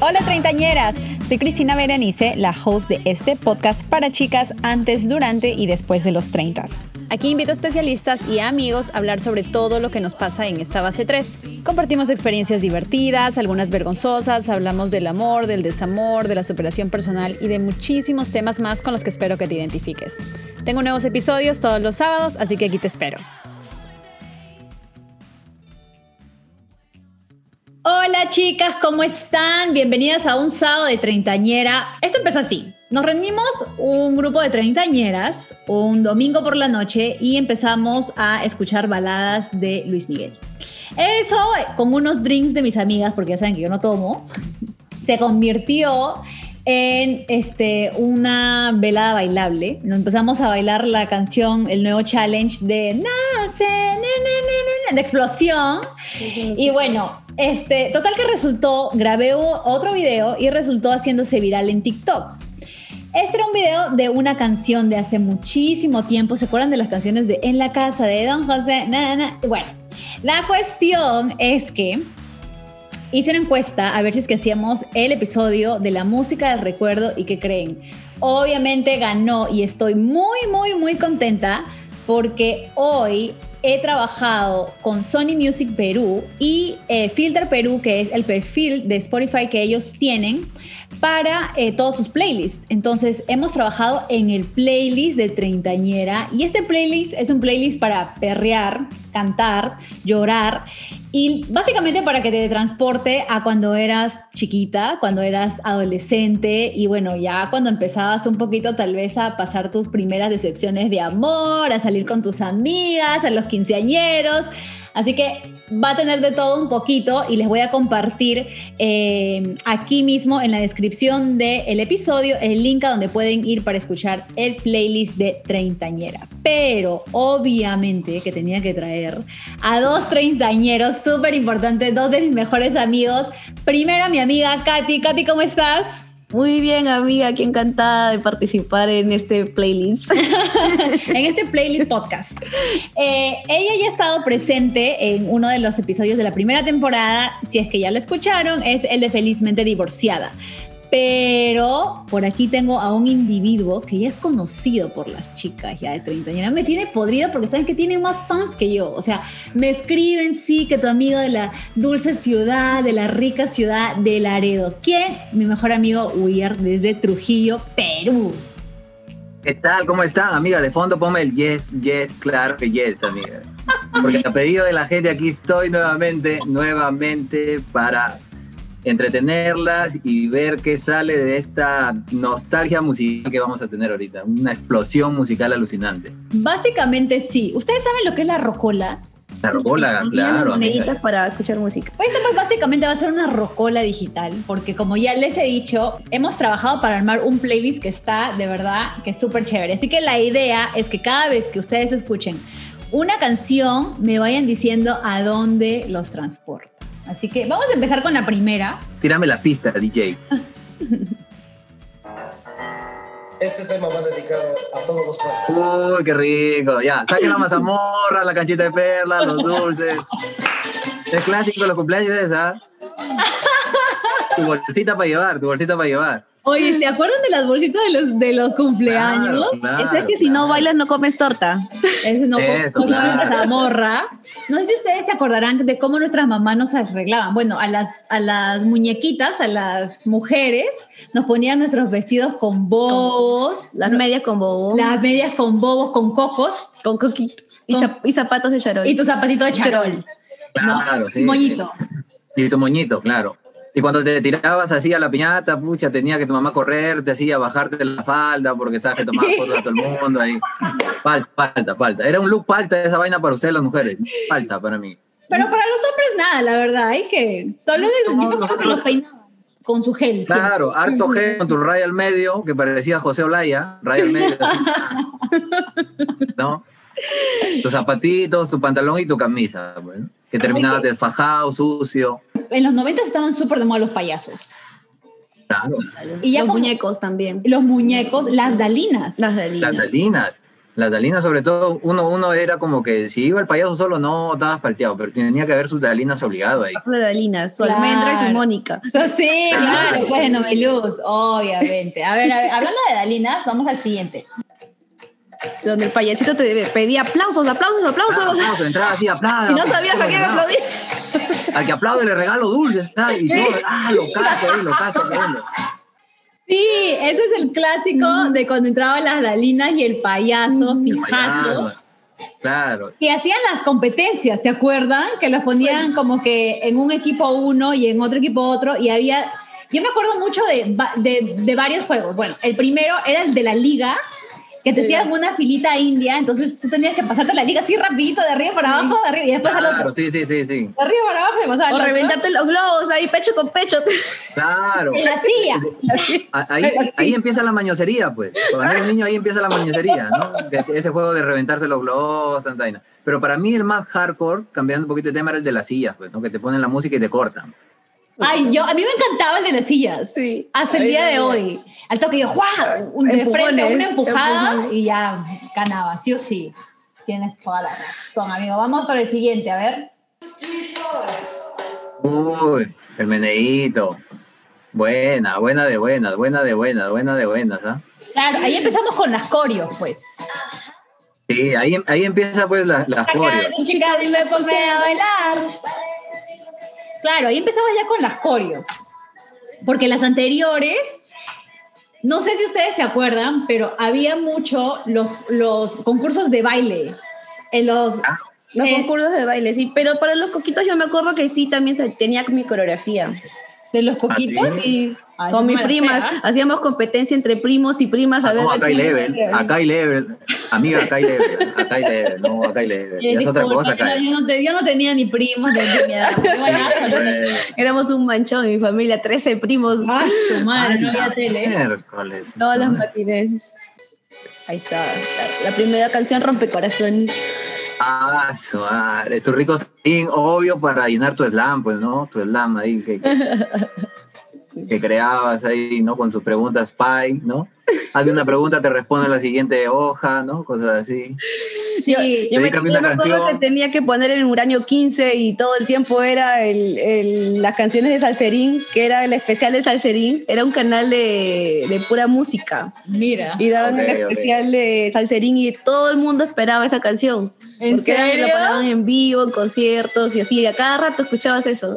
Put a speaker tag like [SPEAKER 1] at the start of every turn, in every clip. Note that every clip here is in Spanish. [SPEAKER 1] Hola treintañeras, soy Cristina Berenice, la host de este podcast para chicas antes, durante y después de los 30. Aquí invito a especialistas y a amigos a hablar sobre todo lo que nos pasa en esta base 3. Compartimos experiencias divertidas, algunas vergonzosas, hablamos del amor, del desamor, de la superación personal y de muchísimos temas más con los que espero que te identifiques. Tengo nuevos episodios todos los sábados, así que aquí te espero. Hola chicas, ¿cómo están? Bienvenidas a un sábado de treintañera. Esto empezó así. Nos rendimos un grupo de treintañeras un domingo por la noche y empezamos a escuchar baladas de Luis Miguel. Eso con unos drinks de mis amigas, porque ya saben que yo no tomo, se convirtió en este, una velada bailable. Nos empezamos a bailar la canción, el nuevo challenge de Nace, ne, ne, ne, ne, de explosión. Y bueno, este, total que resultó, grabé u- otro video y resultó haciéndose viral en TikTok. Este era un video de una canción de hace muchísimo tiempo. ¿Se acuerdan de las canciones de En la casa de Don José? Na, na? Bueno, la cuestión es que hice una encuesta a ver si es que hacíamos el episodio de la música del recuerdo y qué creen. Obviamente ganó y estoy muy, muy, muy contenta porque hoy he trabajado con Sony Music Perú y eh, Filter Perú, que es el perfil de Spotify que ellos tienen para eh, todos sus playlists. Entonces, hemos trabajado en el playlist de Treintañera y este playlist es un playlist para perrear, cantar, llorar y básicamente para que te transporte a cuando eras chiquita, cuando eras adolescente y bueno, ya cuando empezabas un poquito tal vez a pasar tus primeras decepciones de amor, a salir con tus amigas, a los quinceañeros. Así que va a tener de todo un poquito y les voy a compartir eh, aquí mismo en la descripción del episodio el link a donde pueden ir para escuchar el playlist de Treintañera. Pero obviamente que tenía que traer a dos treintañeros súper importantes, dos de mis mejores amigos. Primero mi amiga Katy. Katy, ¿cómo estás?
[SPEAKER 2] Muy bien, amiga, qué encantada de participar en este playlist.
[SPEAKER 1] en este playlist podcast. Eh, ella ya ha estado presente en uno de los episodios de la primera temporada, si es que ya lo escucharon, es el de Felizmente Divorciada. Pero por aquí tengo a un individuo que ya es conocido por las chicas ya de 30 años. Me tiene podrida porque saben que tiene más fans que yo. O sea, me escriben, sí, que tu amigo de la dulce ciudad, de la rica ciudad de Laredo. ¿Quién? Mi mejor amigo Weir desde Trujillo, Perú.
[SPEAKER 3] ¿Qué tal? ¿Cómo están, amiga? De fondo ponme el yes, yes, claro que yes, amiga. Porque a pedido de la gente aquí estoy nuevamente, nuevamente para entretenerlas y ver qué sale de esta nostalgia musical que vamos a tener ahorita. Una explosión musical alucinante.
[SPEAKER 1] Básicamente sí. ¿Ustedes saben lo que es la rocola?
[SPEAKER 3] La rocola, claro,
[SPEAKER 2] Moneditas
[SPEAKER 3] amiga.
[SPEAKER 2] para escuchar música.
[SPEAKER 1] Pues Esto pues básicamente va a ser una rocola digital, porque como ya les he dicho, hemos trabajado para armar un playlist que está de verdad que es súper chévere. Así que la idea es que cada vez que ustedes escuchen una canción, me vayan diciendo a dónde los transporta. Así que vamos a empezar con la primera.
[SPEAKER 3] Tírame la pista, DJ.
[SPEAKER 4] Este tema va dedicado a todos los padres.
[SPEAKER 3] Uy, qué rico. Ya, saquen la mazamorra, la canchita de perlas, los dulces. Es clásico de los cumpleaños esa. Tu bolsita para llevar, tu bolsita para llevar.
[SPEAKER 1] Oye, ¿se acuerdan de las bolsitas de los, de los cumpleaños?
[SPEAKER 3] Claro, claro,
[SPEAKER 2] es que si no
[SPEAKER 3] claro.
[SPEAKER 2] bailas no comes torta.
[SPEAKER 1] Es no,
[SPEAKER 3] Eso,
[SPEAKER 1] como
[SPEAKER 3] claro.
[SPEAKER 1] nuestra morra. No sé si ustedes se acordarán de cómo nuestras mamás nos arreglaban. Bueno, a las, a las muñequitas, a las mujeres, nos ponían nuestros vestidos con bobos,
[SPEAKER 2] Las medias con bobo.
[SPEAKER 1] las medias con bobos, con cocos
[SPEAKER 2] con coquito. Y,
[SPEAKER 1] Con-
[SPEAKER 2] chap- y zapatos de charol.
[SPEAKER 1] y tu zapatito de charol.
[SPEAKER 3] Claro,
[SPEAKER 1] ¿no?
[SPEAKER 3] sí.
[SPEAKER 1] Moñito.
[SPEAKER 3] Y tu moñito, claro. Y cuando te tirabas así a la piñata, pucha, tenía que tu mamá correrte así a bajarte la falda porque estabas que tomar fotos a todo el mundo ahí. Falta, falta, falta. Era un look falta esa vaina para ustedes las mujeres. Falta para mí.
[SPEAKER 1] Pero para los hombres nada, la verdad, hay que... Todos los
[SPEAKER 3] No,
[SPEAKER 1] yo me acuerdo que
[SPEAKER 3] nosotros-
[SPEAKER 1] los peinaban con su gel. siempre.
[SPEAKER 3] Claro, harto G con tu raya al medio, que parecía José Olaya, raya al medio. así. ¿No? Tus zapatitos, tu pantalón y tu camisa, pues, que terminaba desfajado, sucio.
[SPEAKER 1] En los 90 estaban súper de moda los payasos.
[SPEAKER 3] Claro,
[SPEAKER 2] y
[SPEAKER 1] Y ya
[SPEAKER 2] los
[SPEAKER 1] como-
[SPEAKER 2] muñecos también.
[SPEAKER 1] Los muñecos, las dalinas.
[SPEAKER 2] Las de
[SPEAKER 3] las
[SPEAKER 2] Lina.
[SPEAKER 3] salinas. Las Dalinas, sobre todo, uno, uno era como que si iba el payaso solo no estabas palteado, pero tenía que haber sus Dalinas obligado ahí.
[SPEAKER 2] de Dalina, su almendra y su
[SPEAKER 1] Claro.
[SPEAKER 2] Mónica.
[SPEAKER 1] So, Ah, sí, claro,
[SPEAKER 3] Claro.
[SPEAKER 1] bueno, mi luz, obviamente. A ver, a ver, hablando de Dalinas, vamos al siguiente.
[SPEAKER 2] Donde el payasito te pedía aplausos, aplausos,
[SPEAKER 3] Ah,
[SPEAKER 2] aplausos.
[SPEAKER 3] Aplauso, entraba así, aplauda.
[SPEAKER 2] Y no sabías a quién
[SPEAKER 3] No,
[SPEAKER 2] aplaudir.
[SPEAKER 3] Al que aplaude le regalo dulces, está, y todo, ah, lo cacho, ahí, lo cacho, qué bueno.
[SPEAKER 1] Sí, ese es el clásico de cuando entraban las Dalinas y el payaso fijazo.
[SPEAKER 3] Claro, Claro,
[SPEAKER 1] Y hacían las competencias, ¿se acuerdan? Que los ponían como que en un equipo uno y en otro equipo otro. Y había, yo me acuerdo mucho de, va- de, de varios juegos. Bueno, el primero era el de la liga, que te hacían una filita india, entonces tú tenías que pasarte la liga así rapidito, de arriba para abajo, de arriba, y después al
[SPEAKER 3] claro,
[SPEAKER 1] otro.
[SPEAKER 3] sí, sí, sí, sí.
[SPEAKER 1] De arriba para abajo y pasaba al
[SPEAKER 2] O
[SPEAKER 1] otro.
[SPEAKER 2] reventarte los globos ahí, pecho con pecho.
[SPEAKER 3] Claro.
[SPEAKER 1] Y la silla. La silla.
[SPEAKER 3] A- Ahí, ahí empieza la mañosería, pues. Cuando eres niño, ahí empieza la mañosería, ¿no? Que- Ese juego de reventarse los globos, tanta vaina. Pero para mí el más hardcore, cambiando un poquito de tema, era el de las sillas, pues, ¿no? Que te ponen la música y te cortan.
[SPEAKER 1] Ay, yo, a mí me encantaba el de las sillas.
[SPEAKER 2] Sí.
[SPEAKER 1] Hasta el
[SPEAKER 2] Ay,
[SPEAKER 1] día de
[SPEAKER 2] ay,
[SPEAKER 1] hoy. Al toque yo, ¡guau! Un de
[SPEAKER 2] Empujones,
[SPEAKER 1] frente, una empujada
[SPEAKER 2] empujones.
[SPEAKER 1] y ya ganaba, sí o sí. Tienes toda la razón, amigo. Vamos por el siguiente, a ver.
[SPEAKER 3] Uy, el meneíto. Buena, buena de buenas, buena de buenas, buena de buenas, ¿ah?
[SPEAKER 1] Claro, ahí empezamos con las coreos, pues.
[SPEAKER 3] Sí, ahí, ahí empieza pues la, las coreos.
[SPEAKER 1] Sacar, chica, dime, ponme a bailar. Claro, ahí empezamos ya con las coreos. Porque las anteriores, no sé si ustedes se acuerdan, pero había mucho los, los concursos de baile. En los,
[SPEAKER 3] Ah,
[SPEAKER 2] Los
[SPEAKER 1] Eh.
[SPEAKER 2] concursos de baile, sí. Pero para los coquitos yo me acuerdo que sí, también se- tenía mi coreografía.
[SPEAKER 1] de los coquitos.
[SPEAKER 3] sí?
[SPEAKER 2] Sí.
[SPEAKER 1] Ay,
[SPEAKER 2] con
[SPEAKER 1] no
[SPEAKER 2] mis
[SPEAKER 1] me la
[SPEAKER 2] primas.
[SPEAKER 1] sé, ¿ah?
[SPEAKER 2] Hacíamos competencia entre primos y primas.
[SPEAKER 3] Ah,
[SPEAKER 2] a ver,
[SPEAKER 3] no, acá hay
[SPEAKER 2] quién-
[SPEAKER 3] level, acá hay level. Amiga, acá hay level, acá hay level, no, acá hay level.
[SPEAKER 1] Eh,
[SPEAKER 3] Ya es otra
[SPEAKER 1] disculpa,
[SPEAKER 3] cosa acá.
[SPEAKER 1] yo, no- yo no te- yo no tenía ni primos de de mi edad. Tengo ya-
[SPEAKER 3] Bueno.
[SPEAKER 2] Éramos un manchón en mi familia, 13 primos.
[SPEAKER 1] Ah, su madre, no
[SPEAKER 3] Ay,
[SPEAKER 1] había
[SPEAKER 3] la
[SPEAKER 1] tele.
[SPEAKER 3] Miércoles.
[SPEAKER 2] Todas las
[SPEAKER 3] Eso, ¿no?
[SPEAKER 2] matines. Ahí está. La, la primera canción Rompecorazón.
[SPEAKER 3] Ah, su madre. Tu rico skin, obvio, para llenar tu slam, pues, ¿no? Tu slam ahí que, que creabas ahí, ¿no? Con tus preguntas spy, ¿no? Hazme una pregunta, te respondo en la siguiente hoja, ¿no? Cosas así.
[SPEAKER 2] Sí, yo me,
[SPEAKER 3] dedícame
[SPEAKER 2] yo
[SPEAKER 3] una
[SPEAKER 2] me acuerdo que
[SPEAKER 3] canción.
[SPEAKER 2] tenía que poner en Uranio 15 y todo el tiempo era el, el- las canciones de Salserín, que era el especial de Salserín, era un canal de, de pura música.
[SPEAKER 1] Mira.
[SPEAKER 2] Y daban
[SPEAKER 3] Ok,
[SPEAKER 2] el
[SPEAKER 3] ok.
[SPEAKER 2] especial de Salserín y todo el mundo esperaba esa canción.
[SPEAKER 1] ¿En
[SPEAKER 2] porque era-
[SPEAKER 1] serio?
[SPEAKER 2] la paraban en vivo, en conciertos y así, y a cada rato escuchabas eso.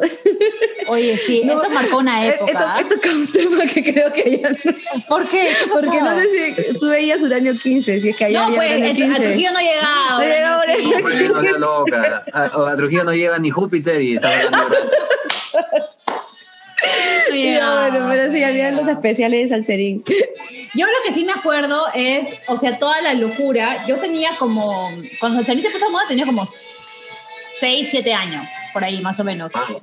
[SPEAKER 1] Oye, sí,
[SPEAKER 2] No,
[SPEAKER 1] eso marcó una época.
[SPEAKER 2] Esto, esto es un tema que creo que ya no.
[SPEAKER 1] ¿Por qué? ¿Qué
[SPEAKER 2] Porque no
[SPEAKER 1] pasó?
[SPEAKER 2] sé si tú veías Uranio 15, si es que allá
[SPEAKER 1] No,
[SPEAKER 2] había
[SPEAKER 1] pues,
[SPEAKER 2] Uranio
[SPEAKER 1] a
[SPEAKER 2] 15.
[SPEAKER 1] Trujillo no llegaba.
[SPEAKER 2] No
[SPEAKER 1] ahora
[SPEAKER 2] llegaba ahora.
[SPEAKER 3] No, pues, no seas loca. A, a Trujillo no llega ni Júpiter y está hablando.
[SPEAKER 1] no
[SPEAKER 2] Ya,
[SPEAKER 1] llegaba,
[SPEAKER 2] bueno, pero sí,
[SPEAKER 1] no
[SPEAKER 2] había los
[SPEAKER 1] llegaba.
[SPEAKER 2] especiales de Salserín.
[SPEAKER 1] Yo lo que sí me acuerdo es, o sea, toda la locura. Yo tenía como, cuando Salserín se puso de moda, tenía como 6, 7 años, por ahí más o menos.
[SPEAKER 3] Wow.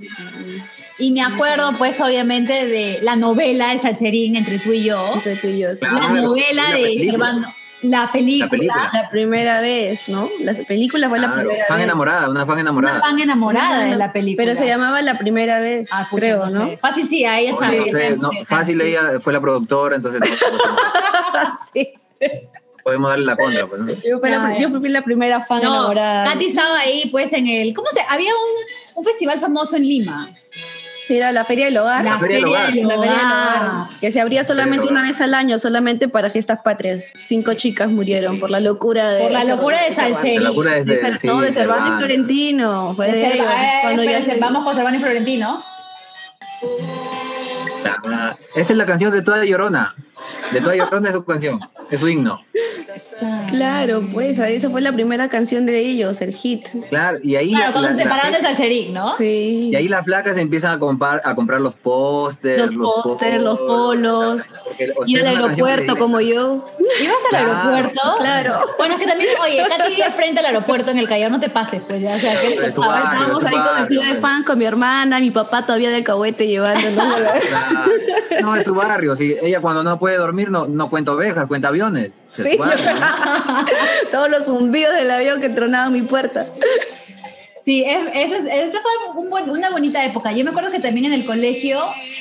[SPEAKER 1] Y me acuerdo, pues, obviamente, de la novela de Salserín entre tú y yo.
[SPEAKER 2] Entre tú y yo, sí.
[SPEAKER 3] Claro.
[SPEAKER 1] la novela
[SPEAKER 3] la
[SPEAKER 1] de
[SPEAKER 3] película.
[SPEAKER 1] Germán, la película,
[SPEAKER 3] La película.
[SPEAKER 2] La primera vez, ¿no? La película fue la
[SPEAKER 3] Claro,
[SPEAKER 2] primera
[SPEAKER 3] fan
[SPEAKER 2] vez.
[SPEAKER 3] enamorada, una fan
[SPEAKER 1] una
[SPEAKER 3] enamorada.
[SPEAKER 1] fan enamorada de
[SPEAKER 2] No,
[SPEAKER 1] la película.
[SPEAKER 2] Pero se llamaba La Primera Vez,
[SPEAKER 1] Ah, pucha,
[SPEAKER 2] creo,
[SPEAKER 1] no
[SPEAKER 2] ¿no?
[SPEAKER 1] sé. Fácil, sí, a ella
[SPEAKER 3] Oye,
[SPEAKER 1] sabe.
[SPEAKER 3] no sé, no, fácil ella fue la productora, entonces podemos darle la contra, pues, ¿no?
[SPEAKER 2] Yo, fui la,
[SPEAKER 1] Ah,
[SPEAKER 2] yo fui la primera fan
[SPEAKER 1] No,
[SPEAKER 2] enamorada.
[SPEAKER 1] Katy estaba ahí, pues, en el, ¿cómo se? Había un, un festival famoso en Lima.
[SPEAKER 2] Era la Feria del Hogar.
[SPEAKER 1] La,
[SPEAKER 2] Ah, La,
[SPEAKER 1] Feria del Hogar.
[SPEAKER 2] Feria del
[SPEAKER 1] Ah,
[SPEAKER 2] Hogar. Que se abría solamente
[SPEAKER 3] Feria del
[SPEAKER 2] una
[SPEAKER 3] Hogar.
[SPEAKER 2] vez al año, solamente para fiestas patrias. Cinco chicas murieron por la locura de.
[SPEAKER 1] Por la locura de
[SPEAKER 3] La
[SPEAKER 1] Salserín.
[SPEAKER 3] locura es de,
[SPEAKER 2] Cer-
[SPEAKER 3] sí,
[SPEAKER 2] no, de Cervantes y
[SPEAKER 3] Cervantes.
[SPEAKER 2] Florentino. Fue de ellos,
[SPEAKER 1] Eh,
[SPEAKER 2] cuando ya
[SPEAKER 1] espérense,
[SPEAKER 2] se-
[SPEAKER 1] Vamos con Servano y Florentino.
[SPEAKER 3] Ah, Esa es la canción de Toda Llorona. De Toda Llorona es su canción, es su himno.
[SPEAKER 1] Ah.
[SPEAKER 2] Claro, pues esa fue la primera canción de ellos, el hit.
[SPEAKER 3] Claro, y ahí,
[SPEAKER 1] Claro,
[SPEAKER 3] la-
[SPEAKER 1] cuando
[SPEAKER 3] la-
[SPEAKER 1] se
[SPEAKER 3] la-
[SPEAKER 1] separaron de Salserín, ¿no?
[SPEAKER 2] Sí.
[SPEAKER 3] y ahí las flacas empiezan a, comprar, a comprar los pósters,
[SPEAKER 2] Los pósters, los polos.
[SPEAKER 3] Porque, o sea,
[SPEAKER 2] Y
[SPEAKER 3] es
[SPEAKER 2] al
[SPEAKER 3] una canción
[SPEAKER 2] aeropuerto
[SPEAKER 3] que-
[SPEAKER 2] como yo.
[SPEAKER 1] ¿Ibas al
[SPEAKER 3] Claro,
[SPEAKER 1] aeropuerto?
[SPEAKER 2] claro.
[SPEAKER 1] Bueno, es que también, oye, Katy vive frente al aeropuerto en el Callao, no te pases, pues ya. O sea, que
[SPEAKER 3] Es su
[SPEAKER 1] Ah,
[SPEAKER 3] barrio,
[SPEAKER 1] vamos
[SPEAKER 2] Estábamos
[SPEAKER 3] es
[SPEAKER 1] a-
[SPEAKER 2] ahí con el
[SPEAKER 3] barrio,
[SPEAKER 2] club de
[SPEAKER 3] pues.
[SPEAKER 2] fan, con mi hermana, mi papá todavía de cahuete llevándonos.
[SPEAKER 3] Claro. No, es su barrio. Si ella cuando no puede dormir no, no cuenta ovejas, cuenta aviones. Es
[SPEAKER 2] Sí.
[SPEAKER 3] su barrio, ¿no?
[SPEAKER 2] Todos los zumbidos del avión que tronaban mi puerta.
[SPEAKER 1] Sí, es- esa es- esa fue un buen- una bonita época. Yo me acuerdo que también en el colegio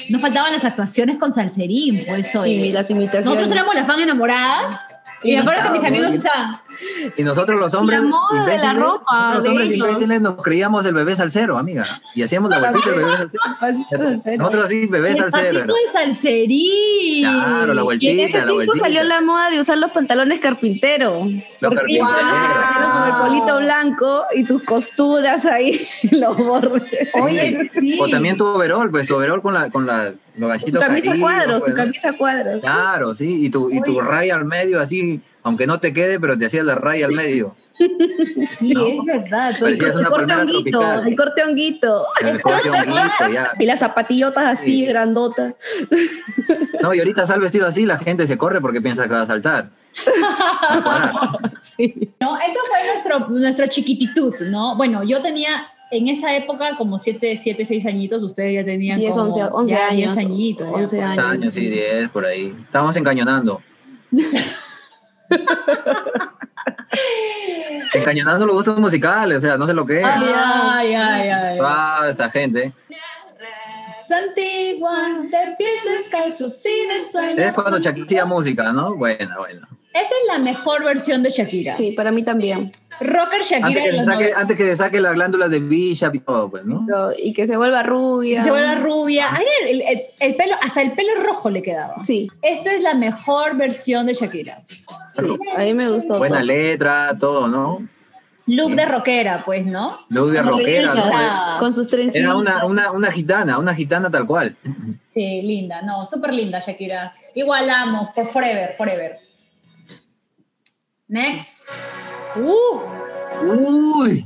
[SPEAKER 1] no faltaban las actuaciones con Salserín, pues, por eso.
[SPEAKER 2] Y las imitaciones.
[SPEAKER 1] Nosotros éramos las fan enamoradas. Y me acuerdo que mis amigos estaban.
[SPEAKER 3] Y nosotros los hombres.
[SPEAKER 2] La moda de la
[SPEAKER 3] imbéciles,
[SPEAKER 2] ropa,
[SPEAKER 3] nosotros Los
[SPEAKER 2] de
[SPEAKER 3] hombres
[SPEAKER 2] ellos.
[SPEAKER 3] imbéciles nos creíamos el bebé salsero, amiga. Y hacíamos la vueltita del bebé salsero. Nosotros sí, bebé
[SPEAKER 1] El
[SPEAKER 3] salsero.
[SPEAKER 1] pasito
[SPEAKER 3] era.
[SPEAKER 1] de salserín.
[SPEAKER 3] Claro, la
[SPEAKER 2] Y en
[SPEAKER 3] vueltita,
[SPEAKER 2] ese
[SPEAKER 3] la
[SPEAKER 2] tiempo
[SPEAKER 3] vueltita.
[SPEAKER 2] salió la moda de usar los pantalones carpintero.
[SPEAKER 3] Los
[SPEAKER 2] Porque
[SPEAKER 3] carpinteros.
[SPEAKER 2] igual los carpinteros con el
[SPEAKER 3] Ah.
[SPEAKER 2] polito blanco y tus costuras ahí en los bordes.
[SPEAKER 1] Oye, sí.
[SPEAKER 3] Ah, O también tu overol, pues tu overol con, la, con la, los
[SPEAKER 2] Tu
[SPEAKER 3] ganchitos
[SPEAKER 2] camisa
[SPEAKER 3] caídos,
[SPEAKER 2] cuadros,
[SPEAKER 3] pues,
[SPEAKER 2] tu
[SPEAKER 3] ¿no?
[SPEAKER 2] camisa cuadros.
[SPEAKER 3] Claro, sí, y tu, y tu raya al medio así, aunque no te quede, pero te hacías la raya al medio.
[SPEAKER 1] Sí,
[SPEAKER 3] No.
[SPEAKER 1] es verdad.
[SPEAKER 2] El,
[SPEAKER 3] Parecías una
[SPEAKER 2] corte
[SPEAKER 3] palmera
[SPEAKER 2] honguito,
[SPEAKER 3] tropical.
[SPEAKER 2] el corte honguito.
[SPEAKER 3] El corte honguito, ya.
[SPEAKER 2] Y las zapatillotas así,
[SPEAKER 3] Sí.
[SPEAKER 2] grandotas.
[SPEAKER 3] No, y ahorita sal vestido así, la gente se corre porque piensa que va a saltar. Va a parar.
[SPEAKER 1] No, eso fue nuestro, nuestra chiquititud, ¿no? Bueno, yo tenía en esa época como 7, 7, 6 añitos, ustedes ya tenían
[SPEAKER 2] 10,
[SPEAKER 1] como
[SPEAKER 2] 11, 11
[SPEAKER 1] ya 10
[SPEAKER 2] años,
[SPEAKER 1] añitos. ya,
[SPEAKER 2] 11
[SPEAKER 1] pues.
[SPEAKER 2] años.
[SPEAKER 3] años, sí, 10, por ahí. Estamos encañonando. encañonando los gustos musicales, o sea, no sé lo que es.
[SPEAKER 1] Ah, Ay, ay, ay.
[SPEAKER 3] Ah, esa gente.
[SPEAKER 1] Santigua, de pies descalzos, sin sueños.
[SPEAKER 3] Es cuando Shakira hacía música, ¿no? Bueno, bueno.
[SPEAKER 1] Esa es la mejor versión de Shakira.
[SPEAKER 2] Sí, para mí también.
[SPEAKER 1] Rocker Shakira
[SPEAKER 3] Antes
[SPEAKER 1] de
[SPEAKER 3] que, se
[SPEAKER 1] los
[SPEAKER 3] saque,
[SPEAKER 1] 90.
[SPEAKER 3] antes que se saque las glándulas de Bishop y todo, pues, ¿no?
[SPEAKER 2] No, Y que se vuelva rubia.
[SPEAKER 1] Se vuelve rubia. Ay, el, el- el pelo, hasta el pelo rojo le quedaba.
[SPEAKER 2] Sí,
[SPEAKER 1] Esta es la mejor versión de Shakira.
[SPEAKER 2] sí, a mí me gustó.
[SPEAKER 3] Buena
[SPEAKER 2] todo.
[SPEAKER 3] letra, todo, ¿no?
[SPEAKER 1] Look de rockera, pues, ¿no?
[SPEAKER 3] Luz de
[SPEAKER 1] Con
[SPEAKER 3] rockera,
[SPEAKER 1] trencitas.
[SPEAKER 3] ¿no?
[SPEAKER 2] Con sus trencitas.
[SPEAKER 3] Era una, una, una gitana, una gitana tal cual.
[SPEAKER 1] Sí, linda, no, súper linda Shakira. Igual la amo, for forever, forever. Next. Uh,
[SPEAKER 3] Uy,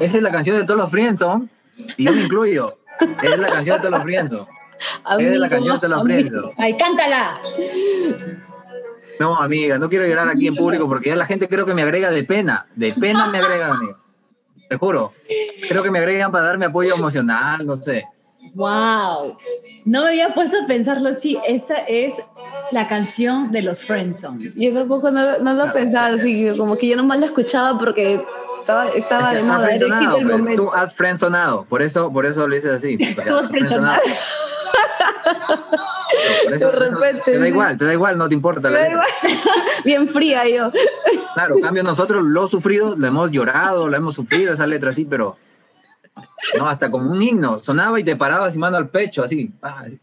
[SPEAKER 3] esa es la canción de todos los Friendzone y yo me incluyo. Es la canción de todos los Friendzone. Es la
[SPEAKER 2] Amigo,
[SPEAKER 3] canción de todos los
[SPEAKER 2] amigo.
[SPEAKER 3] Friendzone.
[SPEAKER 1] ay, cántala.
[SPEAKER 3] No, amiga, no quiero llorar aquí en público porque ya la gente creo que me agrega de pena. De pena me agregan, amiga. Te juro. Creo que me agregan para darme apoyo emocional, no sé.
[SPEAKER 1] Wow. No me había puesto a pensarlo así. Esta es la canción de los Friendzones.
[SPEAKER 2] Yo tampoco no, no lo pensaba, así que como que yo nomás la escuchaba porque estaba, estaba Ah, de
[SPEAKER 3] Es que has
[SPEAKER 2] moda. Era el hit
[SPEAKER 3] friendzonado,
[SPEAKER 2] del
[SPEAKER 3] pues.
[SPEAKER 2] momento.
[SPEAKER 3] Tú has friendzonado. Por eso, por eso lo dices así. porque
[SPEAKER 1] Tú has
[SPEAKER 3] has friendzonado. Por eso-
[SPEAKER 2] De
[SPEAKER 3] por eso
[SPEAKER 2] repente,
[SPEAKER 3] te da
[SPEAKER 2] sí.
[SPEAKER 3] igual, te da igual, no te importa. la
[SPEAKER 2] Pero
[SPEAKER 3] letra.
[SPEAKER 2] igual, Bien fría yo.
[SPEAKER 3] Claro, en cambio nosotros lo sufrido, lo hemos llorado, lo hemos sufrido esa letra así, pero no, hasta como un himno, sonaba y te parabas y mano al pecho, así. ah, así.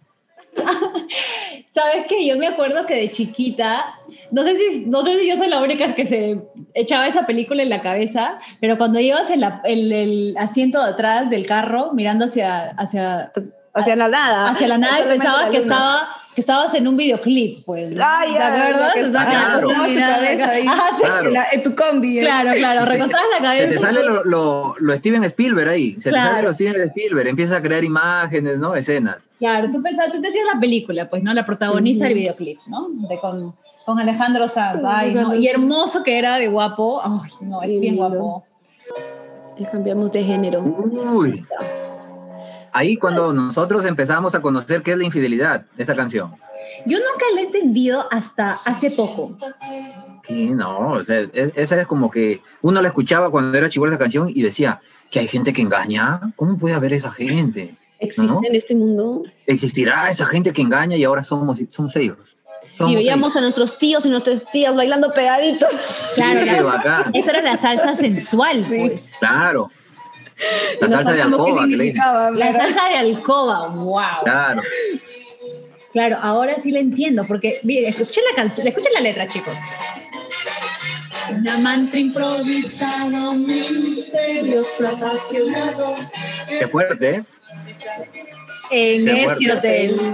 [SPEAKER 1] ¿Sabes qué? Yo me acuerdo que de chiquita, no sé si, no sé si yo soy la única que se echaba esa película en la cabeza, pero cuando ibas en, la- en el asiento de atrás del carro mirando hacia, hacia,
[SPEAKER 2] Hacia la nada.
[SPEAKER 1] hacia la nada y
[SPEAKER 2] Solamente
[SPEAKER 1] pensabas
[SPEAKER 2] la
[SPEAKER 1] que,
[SPEAKER 2] luna.
[SPEAKER 1] estaba, que estabas en un videoclip, pues.
[SPEAKER 2] Ay,
[SPEAKER 1] ¿Te
[SPEAKER 2] ay,
[SPEAKER 1] acuerdas?
[SPEAKER 2] lo que
[SPEAKER 1] O sea,
[SPEAKER 2] está-
[SPEAKER 1] que
[SPEAKER 3] Claro.
[SPEAKER 1] recostabas tu
[SPEAKER 2] Mirada
[SPEAKER 1] cabeza
[SPEAKER 2] ahí.
[SPEAKER 1] Ajá, sí.
[SPEAKER 3] Claro.
[SPEAKER 2] En la- en tu combi. eh.
[SPEAKER 1] Claro, claro, recostabas la
[SPEAKER 3] Se
[SPEAKER 1] cabeza.
[SPEAKER 3] te sale lo, lo- lo Steven Spielberg ahí, se
[SPEAKER 1] Claro.
[SPEAKER 3] te sale lo Steven Spielberg, empiezas a crear imágenes, ¿no? Escenas.
[SPEAKER 1] Claro, tú pensabas, tú te hacías la película, pues, ¿no? La protagonista del videoclip, ¿no? De con, con Alejandro Sanz. Ay, no. Y hermoso que era de guapo. Ay, no, es bien
[SPEAKER 2] Lindo.
[SPEAKER 1] guapo.
[SPEAKER 2] Y cambiamos de género.
[SPEAKER 3] Uy. Ahí cuando nosotros empezamos a conocer qué es la infidelidad, esa canción.
[SPEAKER 1] Yo nunca lo he entendido hasta hace poco.
[SPEAKER 3] Sí, no, o sea, es- esa es como que uno la escuchaba cuando era chivo esa canción y decía que hay gente que engaña. ¿Cómo puede haber esa gente?
[SPEAKER 2] ¿Existe
[SPEAKER 3] ¿No?
[SPEAKER 2] en este mundo?
[SPEAKER 3] existirá esa gente que engaña y ahora somos, somos ellos. Somos
[SPEAKER 2] Y veíamos a nuestros tíos y nuestras tías bailando pegaditos.
[SPEAKER 3] ellos.
[SPEAKER 1] Claro,
[SPEAKER 3] Sí,
[SPEAKER 1] la-
[SPEAKER 3] bacán.
[SPEAKER 1] Esa era la salsa sensual, pues.
[SPEAKER 3] Claro. La
[SPEAKER 2] Y no
[SPEAKER 3] salsa de
[SPEAKER 2] sabíamos qué
[SPEAKER 3] alcoba que le dicen.
[SPEAKER 2] significaba,
[SPEAKER 1] La
[SPEAKER 2] pero-
[SPEAKER 1] salsa de alcoba, wow.
[SPEAKER 3] Claro.
[SPEAKER 1] Claro, ahora sí la entiendo, porque mire, escuchen la canción, escuchen la letra, chicos.
[SPEAKER 5] Un amante improvisado, misterioso, apasionado.
[SPEAKER 3] Qué fuerte, ¿eh?
[SPEAKER 1] En
[SPEAKER 3] Qué
[SPEAKER 1] ese
[SPEAKER 3] fuerte.
[SPEAKER 1] hotel.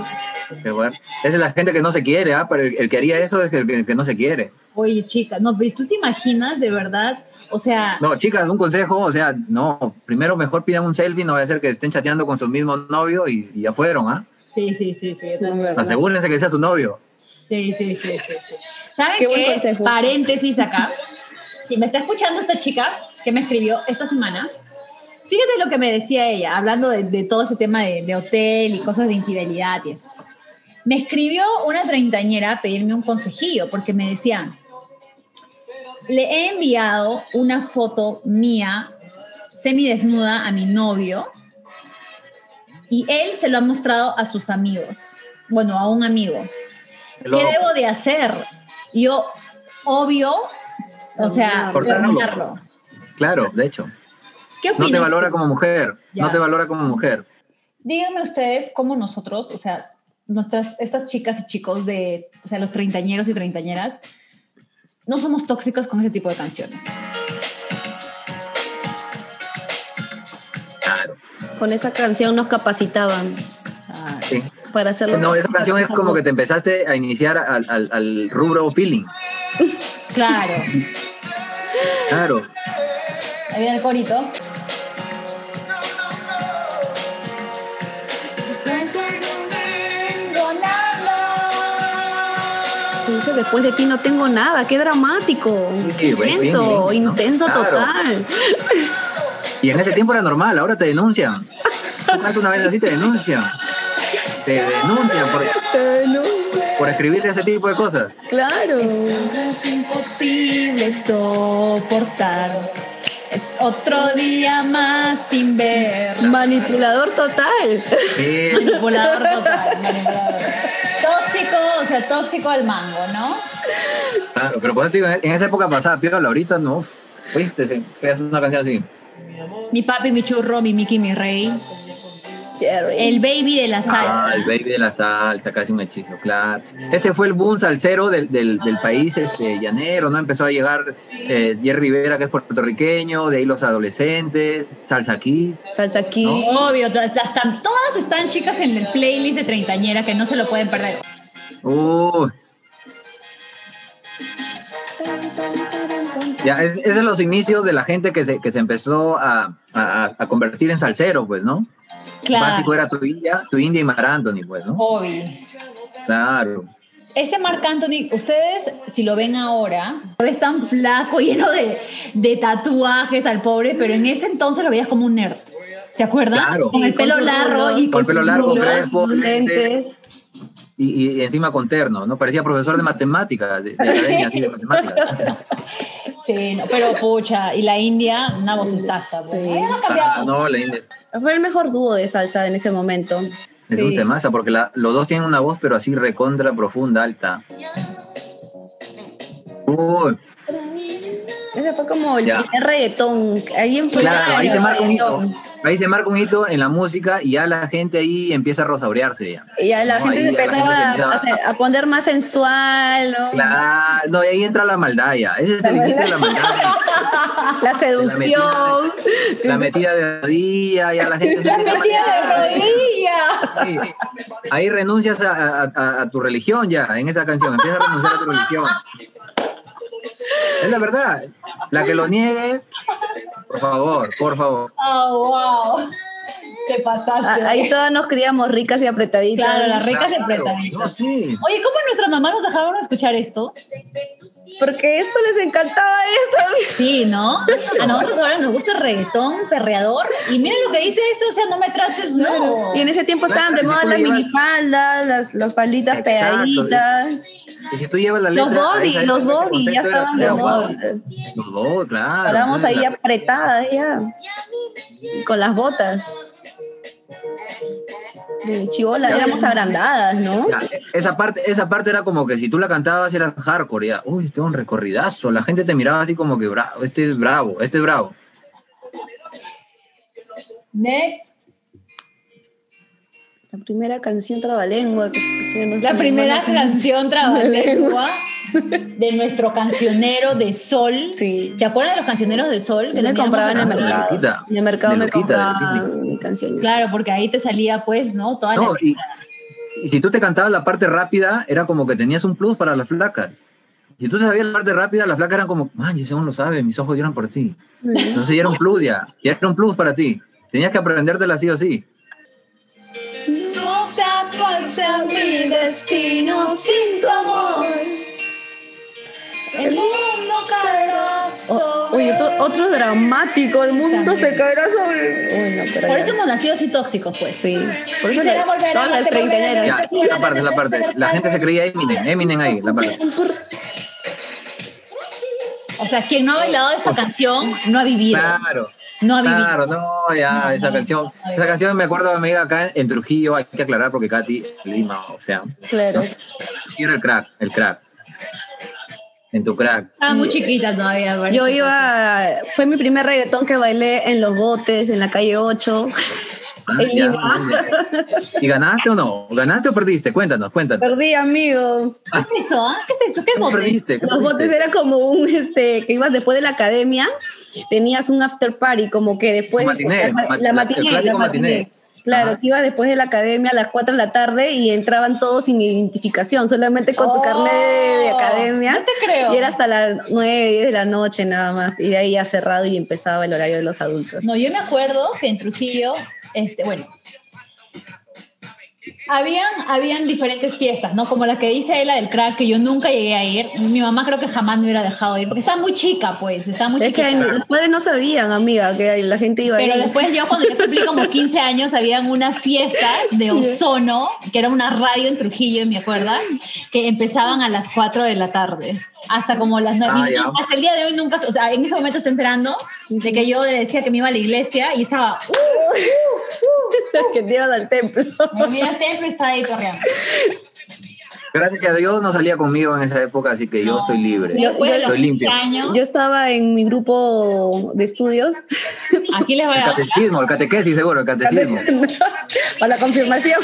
[SPEAKER 3] Qué fuerte. Esa es la gente que no se quiere, ¿ah? Pero el, el que haría eso es el que, el que no se quiere.
[SPEAKER 1] Oye, chica, no, pero ¿tú te imaginas de verdad? O sea,
[SPEAKER 3] No, chicas, un consejo, o sea, no. Primero mejor pidan un selfie, no vaya a ser que estén chateando con su mismo novio y, y ya fueron, ¿ah?
[SPEAKER 1] sí, sí, sí, sí, es verdad.
[SPEAKER 3] Asegúrense que sea su novio.
[SPEAKER 1] Sí, sí, sí, sí, sí. ¿Saben
[SPEAKER 2] Qué
[SPEAKER 1] qué?
[SPEAKER 2] buen consejo.
[SPEAKER 1] Paréntesis acá. Si me está escuchando esta chica que me escribió esta semana, fíjate lo que me decía ella, hablando de, de todo ese tema de, de hotel y cosas de infidelidad y eso. Me escribió una treintañera a pedirme un consejillo porque me decía, le he enviado una foto mía semidesnuda a mi novio y él se lo ha mostrado a sus amigos, bueno, a un amigo.
[SPEAKER 3] Lo-
[SPEAKER 1] ¿Qué debo de hacer? Yo, obvio, O sea,
[SPEAKER 3] Cortarlo.
[SPEAKER 1] terminarlo.
[SPEAKER 3] Claro, de hecho.
[SPEAKER 1] ¿Qué
[SPEAKER 3] No
[SPEAKER 1] opinas?
[SPEAKER 3] te valora como mujer.
[SPEAKER 1] Ya.
[SPEAKER 3] No te valora como mujer.
[SPEAKER 1] Díganme ustedes cómo nosotros, o sea, nuestras, estas chicas y chicos de, o sea, los treintañeros y treintañeras, no somos tóxicos con ese tipo de canciones.
[SPEAKER 3] Claro.
[SPEAKER 2] Con esa canción nos capacitaban
[SPEAKER 3] Sí.
[SPEAKER 2] para hacerlo.
[SPEAKER 3] Eh, No, esa canción es como que te empezaste a iniciar al, al- al rubro feeling.
[SPEAKER 1] Claro.
[SPEAKER 3] Claro.
[SPEAKER 1] Ahí viene el corito.
[SPEAKER 2] Dice, Después de ti no tengo nada, qué dramático.
[SPEAKER 3] Sí, güey, bien,
[SPEAKER 2] intenso,
[SPEAKER 3] bien, ¿no?
[SPEAKER 2] intenso
[SPEAKER 3] Claro.
[SPEAKER 2] total.
[SPEAKER 3] Y en ese tiempo era normal, ahora te denuncian. Tú cantas una vez así, te denuncian. Te denuncian por, por escribir ese tipo de cosas.
[SPEAKER 2] Claro.
[SPEAKER 5] Es imposible.
[SPEAKER 1] de soportar. Es otro día más sin ver.
[SPEAKER 2] Manipulador total.
[SPEAKER 3] Sí,
[SPEAKER 1] Manipulador total, manipulador. Tóxico, o sea, tóxico al mango, ¿no?
[SPEAKER 3] claro. Pero por eso te digo, en esa época pasada, piola, ahorita no. uf, Viste, se creas una canción así.
[SPEAKER 1] Mi papi, mi churro, mi Mickey, mi rey.
[SPEAKER 2] El
[SPEAKER 1] El baby de la salsa.
[SPEAKER 3] Ah, el baby de la salsa, casi un hechizo, claro. Ese fue el boom salsero del, del, del país este, llanero, ¿no? Empezó a llegar eh, Jerry Rivera, que es puertorriqueño, de ahí los adolescentes, Salsa Kid.
[SPEAKER 2] salsa aquí.
[SPEAKER 1] Obvio, todas, las tan- todas están chicas en el playlist de treintañera que no se lo pueden perder.
[SPEAKER 3] Uh. Ya, es, es de los inicios de la gente que se, que se empezó a, a- a convertir en salsero, pues, ¿no? Básico
[SPEAKER 1] Claro,
[SPEAKER 3] era tu India, tu India y Mar Anthony, pues, ¿no?
[SPEAKER 1] obvio.
[SPEAKER 3] Claro.
[SPEAKER 1] Ese Marc Anthony, ustedes, si lo ven ahora, lo ves tan flaco, lleno de, de tatuajes al pobre, pero en ese entonces lo veías como un nerd. ¿Se acuerdan?
[SPEAKER 3] Claro.
[SPEAKER 1] Con el
[SPEAKER 2] Sí, con
[SPEAKER 1] pelo
[SPEAKER 2] su
[SPEAKER 1] largo
[SPEAKER 2] rulo,
[SPEAKER 1] y
[SPEAKER 3] con el
[SPEAKER 1] sus
[SPEAKER 3] pelo largo,
[SPEAKER 1] rulos.
[SPEAKER 3] crespo.
[SPEAKER 2] Sus lentes.
[SPEAKER 3] Y, y encima con terno, ¿no? Parecía profesor de matemáticas, de, de academia, así de matemáticas.
[SPEAKER 1] Sí, no, pero pucha, y la India, una vocesaza. Pues.
[SPEAKER 2] Sí.
[SPEAKER 1] Ay, no cambiaba.
[SPEAKER 3] Ah, no, la India es,
[SPEAKER 2] Fue el mejor dúo de salsa en ese momento.
[SPEAKER 3] es
[SPEAKER 2] Sí.
[SPEAKER 3] un temaza, porque la- los dos tienen una voz, pero así recontra, profunda, alta. Uy,
[SPEAKER 2] Ese fue como el
[SPEAKER 3] Ya.
[SPEAKER 2] primer reggaetón. Ahí en
[SPEAKER 3] claro, ahí se marca un hito.
[SPEAKER 2] reggaetón.
[SPEAKER 3] Ahí se marca un hito en la música y ya la gente ahí empieza a rosaurearse ya.
[SPEAKER 2] Y ya la
[SPEAKER 3] No,
[SPEAKER 2] gente
[SPEAKER 3] ahí ya
[SPEAKER 2] se
[SPEAKER 3] la
[SPEAKER 2] empezaba
[SPEAKER 3] gente
[SPEAKER 2] a,
[SPEAKER 3] empieza-
[SPEAKER 2] a poner más sensual, ¿no?
[SPEAKER 3] Claro, no, y ahí entra la maldad ya. Ese es el inicio de la maldad.
[SPEAKER 2] la seducción.
[SPEAKER 3] La metida de rodilla, ya la gente se empieza a marear. Sí. Ahí renuncias a, a- a- a tu religión ya, en esa canción. Empiezas a renunciar a tu religión. Es la verdad. La que lo niegue, por favor, por favor.
[SPEAKER 1] Oh, wow. Te
[SPEAKER 2] Ah,
[SPEAKER 1] pasaste.
[SPEAKER 2] Ahí todas nos criamos ricas y apretaditas.
[SPEAKER 1] claro, las ricas de
[SPEAKER 3] Claro,
[SPEAKER 1] apretaditas.
[SPEAKER 3] no, sí.
[SPEAKER 1] Oye, ¿cómo nuestra mamá nos dejaron escuchar esto?
[SPEAKER 2] Porque esto les encantaba esto.
[SPEAKER 1] Sí, ¿no? A nosotros ahora nos gusta el reggaetón, perreador. Y miren lo que dice esto, o sea, no me trates, no.
[SPEAKER 2] Y en ese tiempo estaban de
[SPEAKER 3] Claro,
[SPEAKER 2] moda
[SPEAKER 3] si tú
[SPEAKER 2] las
[SPEAKER 3] llevas-
[SPEAKER 2] minifaldas, las, las falditas
[SPEAKER 3] Exacto,
[SPEAKER 2] pegaditas,
[SPEAKER 3] Y si tú llevas la
[SPEAKER 2] los
[SPEAKER 3] letra. a
[SPEAKER 2] body,
[SPEAKER 3] esa-
[SPEAKER 2] los
[SPEAKER 3] a ese
[SPEAKER 2] body, ya
[SPEAKER 3] contexto, era-
[SPEAKER 2] estaban de
[SPEAKER 3] era
[SPEAKER 2] moda.
[SPEAKER 3] guau. Los body, claro.
[SPEAKER 2] Estábamos ahí
[SPEAKER 3] Entonces, la-
[SPEAKER 2] apretadas ya. Y Con las botas. De chivolas,
[SPEAKER 3] Ya.
[SPEAKER 2] éramos agrandadas, ¿no?
[SPEAKER 3] Ya, e, esa parte, esa parte era como que si tú la cantabas era hardcore, ya, uy, este es un recorridazo, la gente te miraba así como que bravo, este es bravo, este es bravo.
[SPEAKER 1] Next.
[SPEAKER 2] La primera canción trabalengua. que- este que no
[SPEAKER 1] La
[SPEAKER 2] sé,
[SPEAKER 1] primera
[SPEAKER 2] no la-
[SPEAKER 1] canción trabalengua de nuestro cancionero de sol.
[SPEAKER 2] Sí.
[SPEAKER 1] ¿Se acuerdan de los cancioneros de sol?
[SPEAKER 2] Yo me
[SPEAKER 1] teníamos?
[SPEAKER 2] compraba en el
[SPEAKER 3] Ah, de
[SPEAKER 2] mercado.
[SPEAKER 3] loquita.
[SPEAKER 2] En el mercado
[SPEAKER 3] De
[SPEAKER 2] me
[SPEAKER 3] loquita, de
[SPEAKER 2] compraba
[SPEAKER 3] loquita.
[SPEAKER 2] mi canción.
[SPEAKER 1] Claro, porque ahí te salía, pues, ¿no? Toda
[SPEAKER 3] No,
[SPEAKER 1] la...
[SPEAKER 3] y, y si tú te cantabas la parte rápida, era como que tenías un plus para las flacas. Si tú sabías la parte rápida, las flacas eran como, man, ese uno lo sabe, mis ojos lloran por ti. Entonces ya era un plus ya, ya era un plus para ti. Tenías que aprendértela sí o sí.
[SPEAKER 5] No sé cuál sea mi destino sin tu amor. El mundo caerá.
[SPEAKER 2] O-
[SPEAKER 5] sobre
[SPEAKER 2] Oye, to- otro dramático, el mundo se caerá sobre. Uy, no, pero
[SPEAKER 1] Por
[SPEAKER 2] ya.
[SPEAKER 1] eso hemos nacido así tóxicos, pues.
[SPEAKER 2] Sí. Por eso
[SPEAKER 5] Quisiera
[SPEAKER 2] la-
[SPEAKER 5] volver a
[SPEAKER 2] todas las
[SPEAKER 5] verte, volver a
[SPEAKER 2] treintañeras.
[SPEAKER 5] verte.
[SPEAKER 3] Ya, la parte, la parte. La gente se creía Eminem, Eminem ahí, la parte.
[SPEAKER 1] O sea, quien no ha bailado esta canción no ha vivido.
[SPEAKER 3] Claro.
[SPEAKER 1] No ha vivido.
[SPEAKER 3] Claro, no, ya, esa canción. esa canción me acuerdo, amiga, acá en, en Trujillo, hay que aclarar porque Katy es Lima, o sea.
[SPEAKER 2] Claro.
[SPEAKER 3] Y era el crack, el crack. en tu crack.
[SPEAKER 1] Estaba muy chiquita todavía. por
[SPEAKER 2] Yo
[SPEAKER 1] eso.
[SPEAKER 2] iba, fue mi primer reggaetón que bailé en los botes, en la calle 8.
[SPEAKER 3] Ah,
[SPEAKER 2] En
[SPEAKER 3] ya,
[SPEAKER 2] Lima.
[SPEAKER 3] muy bien. ¿Y ganaste o no? ¿Ganaste o perdiste? Cuéntanos, cuéntanos.
[SPEAKER 2] Perdí, amigo.
[SPEAKER 1] ¿Qué es eso? ah? ¿Qué es eso? ¿Qué
[SPEAKER 3] ¿Qué
[SPEAKER 1] bote?
[SPEAKER 3] perdiste? ¿Qué
[SPEAKER 2] Los botes
[SPEAKER 3] perdiste?
[SPEAKER 2] era como un, este, que ibas después de la academia, tenías un after party, como que después...
[SPEAKER 3] Un matiné,
[SPEAKER 2] la,
[SPEAKER 3] mat-
[SPEAKER 2] la matiné,
[SPEAKER 3] el clásico
[SPEAKER 2] la matiné.
[SPEAKER 3] matiné.
[SPEAKER 2] Claro,
[SPEAKER 3] Ajá.
[SPEAKER 2] que ibas después de la academia a las 4 de la tarde y entraban todos sin identificación, solamente con tu
[SPEAKER 1] Oh,
[SPEAKER 2] carnet de, de academia.
[SPEAKER 1] no te creo.
[SPEAKER 2] Y era hasta las 9, 10 de la noche nada más. Y de ahí ya cerrado y empezaba el horario de los adultos.
[SPEAKER 1] No, yo me acuerdo que en Trujillo, este, bueno, habían, habían diferentes fiestas, ¿no? Como la que dice la del crack, que yo nunca llegué a ir. Mi mamá creo que jamás me hubiera dejado ir, porque estaba muy chica, pues, estaba muy
[SPEAKER 2] es que
[SPEAKER 1] chiquita.
[SPEAKER 2] en- los padres no sabían, amiga, que la gente iba
[SPEAKER 1] Pero
[SPEAKER 2] ahí.
[SPEAKER 1] después yo cuando yo cumplí como 15 años habían unas fiestas de Ozono, que era una radio en Trujillo, me acuerdo, que empezaban a las 4 de la tarde, hasta como las 9.
[SPEAKER 3] Ah, ya.
[SPEAKER 1] hasta el día de hoy nunca, o sea, en ese momento estoy enterando de que yo decía que me iba a la iglesia y estaba,
[SPEAKER 2] que te iban al templo.
[SPEAKER 1] uh, me voy al templo y estaba ahí corriendo.
[SPEAKER 3] Gracias a Dios no salía conmigo en esa época, así que yo
[SPEAKER 1] No.
[SPEAKER 3] estoy libre.
[SPEAKER 1] Después de los
[SPEAKER 3] estoy limpio.
[SPEAKER 1] 15 años,
[SPEAKER 2] Yo estaba en mi grupo de estudios
[SPEAKER 1] aquí les voy
[SPEAKER 3] El
[SPEAKER 1] a
[SPEAKER 3] catecismo, el catequesis, seguro, el catecismo.
[SPEAKER 2] para la confirmación.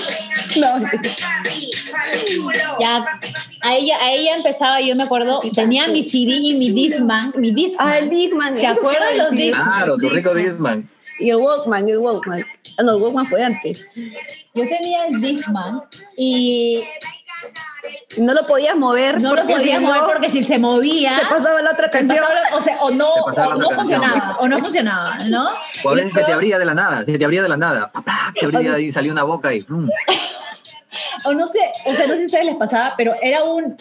[SPEAKER 2] No,
[SPEAKER 1] ya, a ella, a ella empezaba, yo me acuerdo, tenía mi CD y mi Disman, mi Disman.
[SPEAKER 2] Ah, el Discman.
[SPEAKER 1] ¿Se acuerdan los Discman?
[SPEAKER 3] Claro, tu rico Bisman.
[SPEAKER 2] Y el Walkman, y el Walkman. Ah, no, el Walkman fue antes.
[SPEAKER 1] Yo tenía el Disman y
[SPEAKER 2] Y No lo podías mover.
[SPEAKER 1] no lo
[SPEAKER 2] porque
[SPEAKER 1] podía
[SPEAKER 2] si
[SPEAKER 1] mover
[SPEAKER 2] no,
[SPEAKER 1] porque si se movía
[SPEAKER 2] Se pasaba la otra
[SPEAKER 1] se
[SPEAKER 2] canción.
[SPEAKER 1] pasaba- o sea, o no
[SPEAKER 3] Se pasaba
[SPEAKER 1] o
[SPEAKER 3] la
[SPEAKER 1] no
[SPEAKER 3] otra canción.
[SPEAKER 1] funcionaba o no funcionaba no
[SPEAKER 3] O a
[SPEAKER 1] Y
[SPEAKER 3] veces se te
[SPEAKER 1] luego-
[SPEAKER 3] abría de la nada, se te abría de la nada. Pa, pa, Se abría y salió una boca y. mm.
[SPEAKER 1] o no sé o sea no sé si a ustedes les pasaba pero era un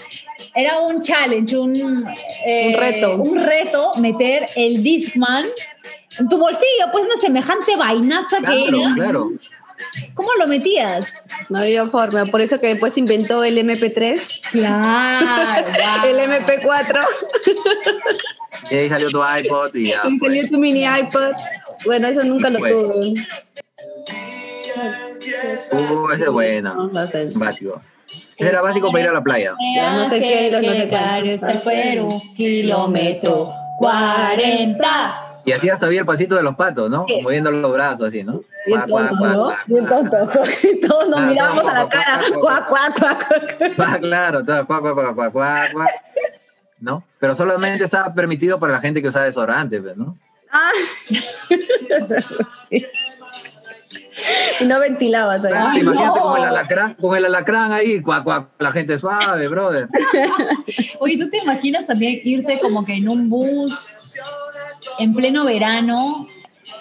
[SPEAKER 1] era un challenge un eh,
[SPEAKER 2] Un reto.
[SPEAKER 1] un reto meter el discman en tu bolsillo pues una semejante vainaza que
[SPEAKER 3] Claro,
[SPEAKER 1] era
[SPEAKER 3] claro.
[SPEAKER 1] cómo lo metías
[SPEAKER 2] No había forma. Por eso que después se inventó el MP3,
[SPEAKER 1] claro guau.
[SPEAKER 2] el MP4.
[SPEAKER 3] Y ahí salió tu iPod y ya.
[SPEAKER 2] Y
[SPEAKER 3] pues.
[SPEAKER 2] salió tu mini iPod. Bueno, eso nunca lo
[SPEAKER 3] Bueno.
[SPEAKER 2] tuve.
[SPEAKER 3] Uh, ese es bueno.
[SPEAKER 2] No, no sé.
[SPEAKER 3] Básico. Ese era básico para ir a la playa.
[SPEAKER 2] Ya no sé qué, no sé cuánto.
[SPEAKER 1] Gregario está el Perú, kilómetro 40.
[SPEAKER 3] Y así hasta había el pasito de los patos, ¿no? Moviendo los brazos así, ¿no?
[SPEAKER 2] Bien
[SPEAKER 3] Cuac, cuac,
[SPEAKER 2] tonto,
[SPEAKER 3] cuac,
[SPEAKER 2] ¿no?
[SPEAKER 3] cuac,
[SPEAKER 2] Bien
[SPEAKER 3] cuac.
[SPEAKER 2] tonto. Todos nos
[SPEAKER 3] Ah,
[SPEAKER 2] mirábamos
[SPEAKER 3] no,
[SPEAKER 2] a la
[SPEAKER 3] papá,
[SPEAKER 2] cara.
[SPEAKER 3] papá.
[SPEAKER 2] Cuac, cuac, cuac, cuac.
[SPEAKER 3] Ah, claro, todo, cuac, cuac, cuac, cuac, cuac, cuac. ¿No? Pero solamente estaba permitido para la gente que usaba desodorante, pues, ¿no?
[SPEAKER 2] Ah. Sí. Y no ventilabas ahí.
[SPEAKER 3] Claro, imagínate con el alacrán, con el alacrán ahí, cuac, cuac, la gente suave, brother.
[SPEAKER 1] Oye, ¿tú te imaginas también irte como que en un bus en pleno verano?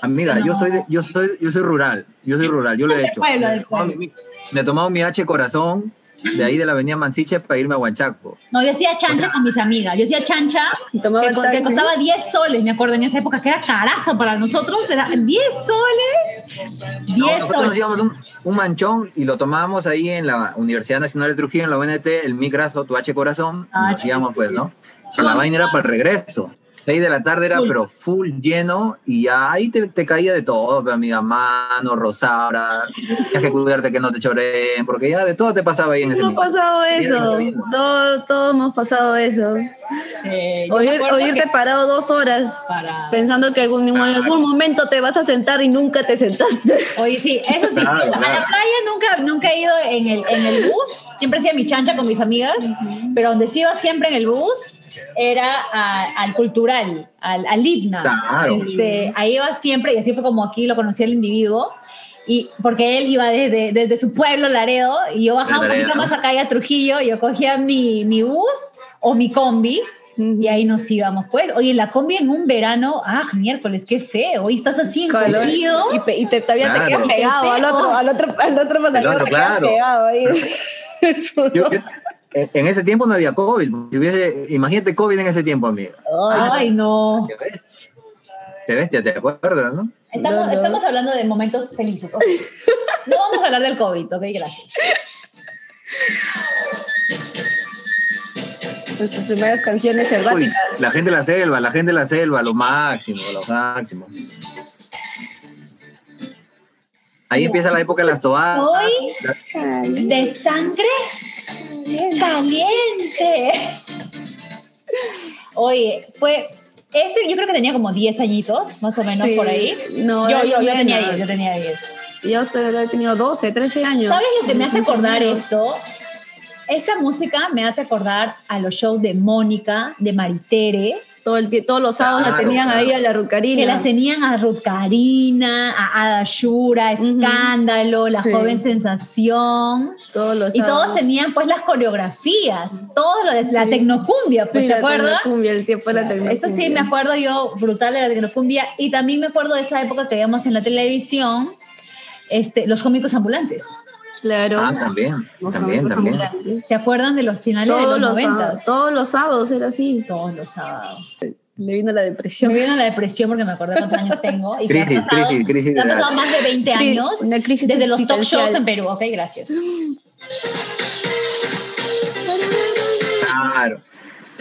[SPEAKER 3] Amiga, Ah, yo soy, de- yo soy, yo soy rural, yo soy rural, yo lo he
[SPEAKER 1] Del
[SPEAKER 3] hecho.
[SPEAKER 1] pueblo, del
[SPEAKER 3] Me he tomado mi- Me he tomado mi H corazón de ahí de la avenida Mansiche para irme a Huanchaco.
[SPEAKER 1] No, yo hacía chancha con mis amigas. Yo hacía chancha que,
[SPEAKER 2] Tomaba el
[SPEAKER 1] co- que
[SPEAKER 2] taxi.
[SPEAKER 1] costaba 10 soles, me acuerdo, en esa época, que era carazo para nosotros. Era 10 soles. 10
[SPEAKER 3] No, nosotros nos
[SPEAKER 1] soles.
[SPEAKER 3] íbamos un, un manchón y lo tomábamos ahí en la Universidad Nacional de Trujillo, en la UNT, el mi graso, tu H corazón, y
[SPEAKER 1] Ah,
[SPEAKER 3] nos íbamos pues, ¿no? Pero la vaina era para el regreso. 6 de la tarde era, pero full lleno, y ya ahí te, te caía de todo, pues, amiga, mano, rosabra, tenías que cuidarte que no te choreen, porque ya de todo te pasaba ahí en ese
[SPEAKER 2] No ha
[SPEAKER 3] momento.
[SPEAKER 2] pasado eso. Todos todo hemos pasado eso.
[SPEAKER 1] Eh, yo me
[SPEAKER 2] Oír,
[SPEAKER 1] acuerdo
[SPEAKER 2] oírte
[SPEAKER 1] que
[SPEAKER 2] parado dos horas
[SPEAKER 1] para-
[SPEAKER 2] pensando que algún-
[SPEAKER 3] Ah,
[SPEAKER 2] en algún momento te vas a sentar y nunca te sentaste.
[SPEAKER 1] Oye, sí, eso sí.
[SPEAKER 3] Claro,
[SPEAKER 1] a la
[SPEAKER 3] claro.
[SPEAKER 1] playa nunca, nunca he ido en el, en el bus. Siempre hacía mi chancha con mis amigas, pero donde sí iba siempre en el bus era a- al cultural, al, al IBNA.
[SPEAKER 3] Claro.
[SPEAKER 1] Este, ahí iba siempre, y así fue como aquí lo conocí al individuo. Y porque él iba desde, desde su pueblo, Laredo, y yo bajaba un
[SPEAKER 3] Laredo.
[SPEAKER 1] poquito más acá y a Trujillo, y yo cogía mi, mi bus o mi combi, y ahí nos íbamos. Pues, oye, la combi en un verano, ah, miércoles, qué feo, y estás así
[SPEAKER 2] calor y,
[SPEAKER 1] encogido.
[SPEAKER 2] pe- y te, todavía te
[SPEAKER 3] Claro.
[SPEAKER 2] quedas pegado al otro, al otro, al otro pasajero
[SPEAKER 3] otro,
[SPEAKER 2] te quedas
[SPEAKER 3] claro.
[SPEAKER 2] pegado ahí. Eso,
[SPEAKER 3] Yo-
[SPEAKER 2] ¿no?
[SPEAKER 3] yo- en en ese tiempo no había COVID, si hubiese, imagínate COVID en ese tiempo, amiga.
[SPEAKER 1] Ay, no.
[SPEAKER 3] Qué bestia. Qué bestia, te acuerdas, ¿no?
[SPEAKER 1] Estamos,
[SPEAKER 2] No, no.
[SPEAKER 1] estamos hablando de momentos felices. ok. No vamos a hablar del COVID, ok, gracias.
[SPEAKER 2] Nuestras pues, primeras canciones
[SPEAKER 3] Uy,
[SPEAKER 2] selváticas.
[SPEAKER 3] la gente de la selva, la gente de la selva, lo máximo, lo máximo. Ahí empieza la época de las
[SPEAKER 2] Ah,
[SPEAKER 3] toadas.
[SPEAKER 1] De sangre caliente. Oye, fue. Este yo creo que tenía como 10 añitos, más o menos,
[SPEAKER 2] Sí.
[SPEAKER 1] por ahí.
[SPEAKER 2] No,
[SPEAKER 1] yo,
[SPEAKER 2] era
[SPEAKER 1] yo, yo
[SPEAKER 2] menos.
[SPEAKER 1] tenía 10, yo tenía 10.
[SPEAKER 2] Yo te- he tenido 12, 13 años.
[SPEAKER 1] ¿Sabes lo que me hace
[SPEAKER 2] Mucho
[SPEAKER 1] acordar
[SPEAKER 2] menos.
[SPEAKER 1] esto? Esta música me hace acordar a los shows de Mónica, de Maritere,
[SPEAKER 2] Todo el, tie- todos los sábados la
[SPEAKER 3] Claro,
[SPEAKER 2] tenían
[SPEAKER 3] claro.
[SPEAKER 2] ahí a la rucarina.
[SPEAKER 1] que las tenían a Ruth Karina, a Ada Shura, Escándalo, La
[SPEAKER 2] Sí.
[SPEAKER 1] Joven Sensación.
[SPEAKER 2] Todos los
[SPEAKER 1] Y todos
[SPEAKER 2] sábados.
[SPEAKER 1] tenían pues las coreografías, todo lo de la tecnocumbia, pues,
[SPEAKER 2] Sí,
[SPEAKER 1] ¿te
[SPEAKER 2] la
[SPEAKER 1] acuerdas?
[SPEAKER 2] tecnocumbia, el tiempo de la
[SPEAKER 1] Eso sí,
[SPEAKER 2] tecnocumbia.
[SPEAKER 1] me acuerdo yo brutal de la tecnocumbia y también me acuerdo de esa época que veíamos en la televisión este, los cómicos ambulantes.
[SPEAKER 2] Claro.
[SPEAKER 3] Ah, también,
[SPEAKER 2] Los
[SPEAKER 3] también,
[SPEAKER 2] famosos
[SPEAKER 3] también.
[SPEAKER 2] ambulantes.
[SPEAKER 1] ¿Se acuerdan de los finales de los
[SPEAKER 2] Todos los, sábados,
[SPEAKER 1] 90?
[SPEAKER 2] todos los sábados era así.
[SPEAKER 1] Todos los sábados.
[SPEAKER 2] Le vino la
[SPEAKER 1] Me
[SPEAKER 2] depresión.
[SPEAKER 1] vino la depresión porque me acordé cuántos años tengo. Y que
[SPEAKER 3] Crisis,
[SPEAKER 1] han pasado-
[SPEAKER 3] crisis, crisis de
[SPEAKER 1] Han pasado
[SPEAKER 3] edad.
[SPEAKER 1] más de 20
[SPEAKER 2] Cri-
[SPEAKER 1] años
[SPEAKER 2] una crisis
[SPEAKER 1] desde los talk
[SPEAKER 2] existencial.
[SPEAKER 1] shows en Perú. Ok, gracias.
[SPEAKER 3] Claro.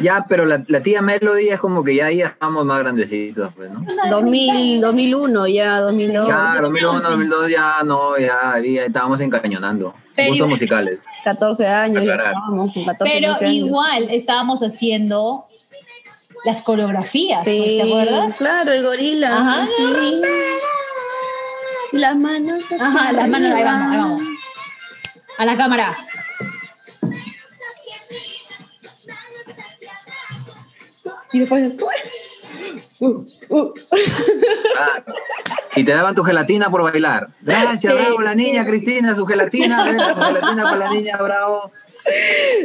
[SPEAKER 3] Ya, pero la, la tía Melody es como que ya ahí estamos más grandecitos, pues, ¿no?
[SPEAKER 2] 2000, 2001 ya, 2002.
[SPEAKER 3] Ya, 2001, 2002 ya no, ya había, estábamos encañonando.
[SPEAKER 1] Pero
[SPEAKER 3] gustos
[SPEAKER 1] igual-
[SPEAKER 3] musicales.
[SPEAKER 2] 14 años, ya
[SPEAKER 3] Aclarar.
[SPEAKER 2] estábamos con 14
[SPEAKER 1] Pero
[SPEAKER 2] 15 años.
[SPEAKER 1] igual estábamos haciendo las coreografías, pues,
[SPEAKER 2] Sí,
[SPEAKER 1] ¿te acuerdas?
[SPEAKER 2] claro, el gorila.
[SPEAKER 1] Ajá.
[SPEAKER 2] sí. Y Las manos. hacia
[SPEAKER 1] Ajá, las manos, ahí
[SPEAKER 2] arriba.
[SPEAKER 1] vamos, ahí vamos. A la cámara.
[SPEAKER 2] Y después. Uh, uh.
[SPEAKER 3] Claro. Y te daban tu gelatina por bailar. Gracias,
[SPEAKER 2] Sí.
[SPEAKER 3] bravo, la niña Cristina, su gelatina, venga, su gelatina para la niña, bravo.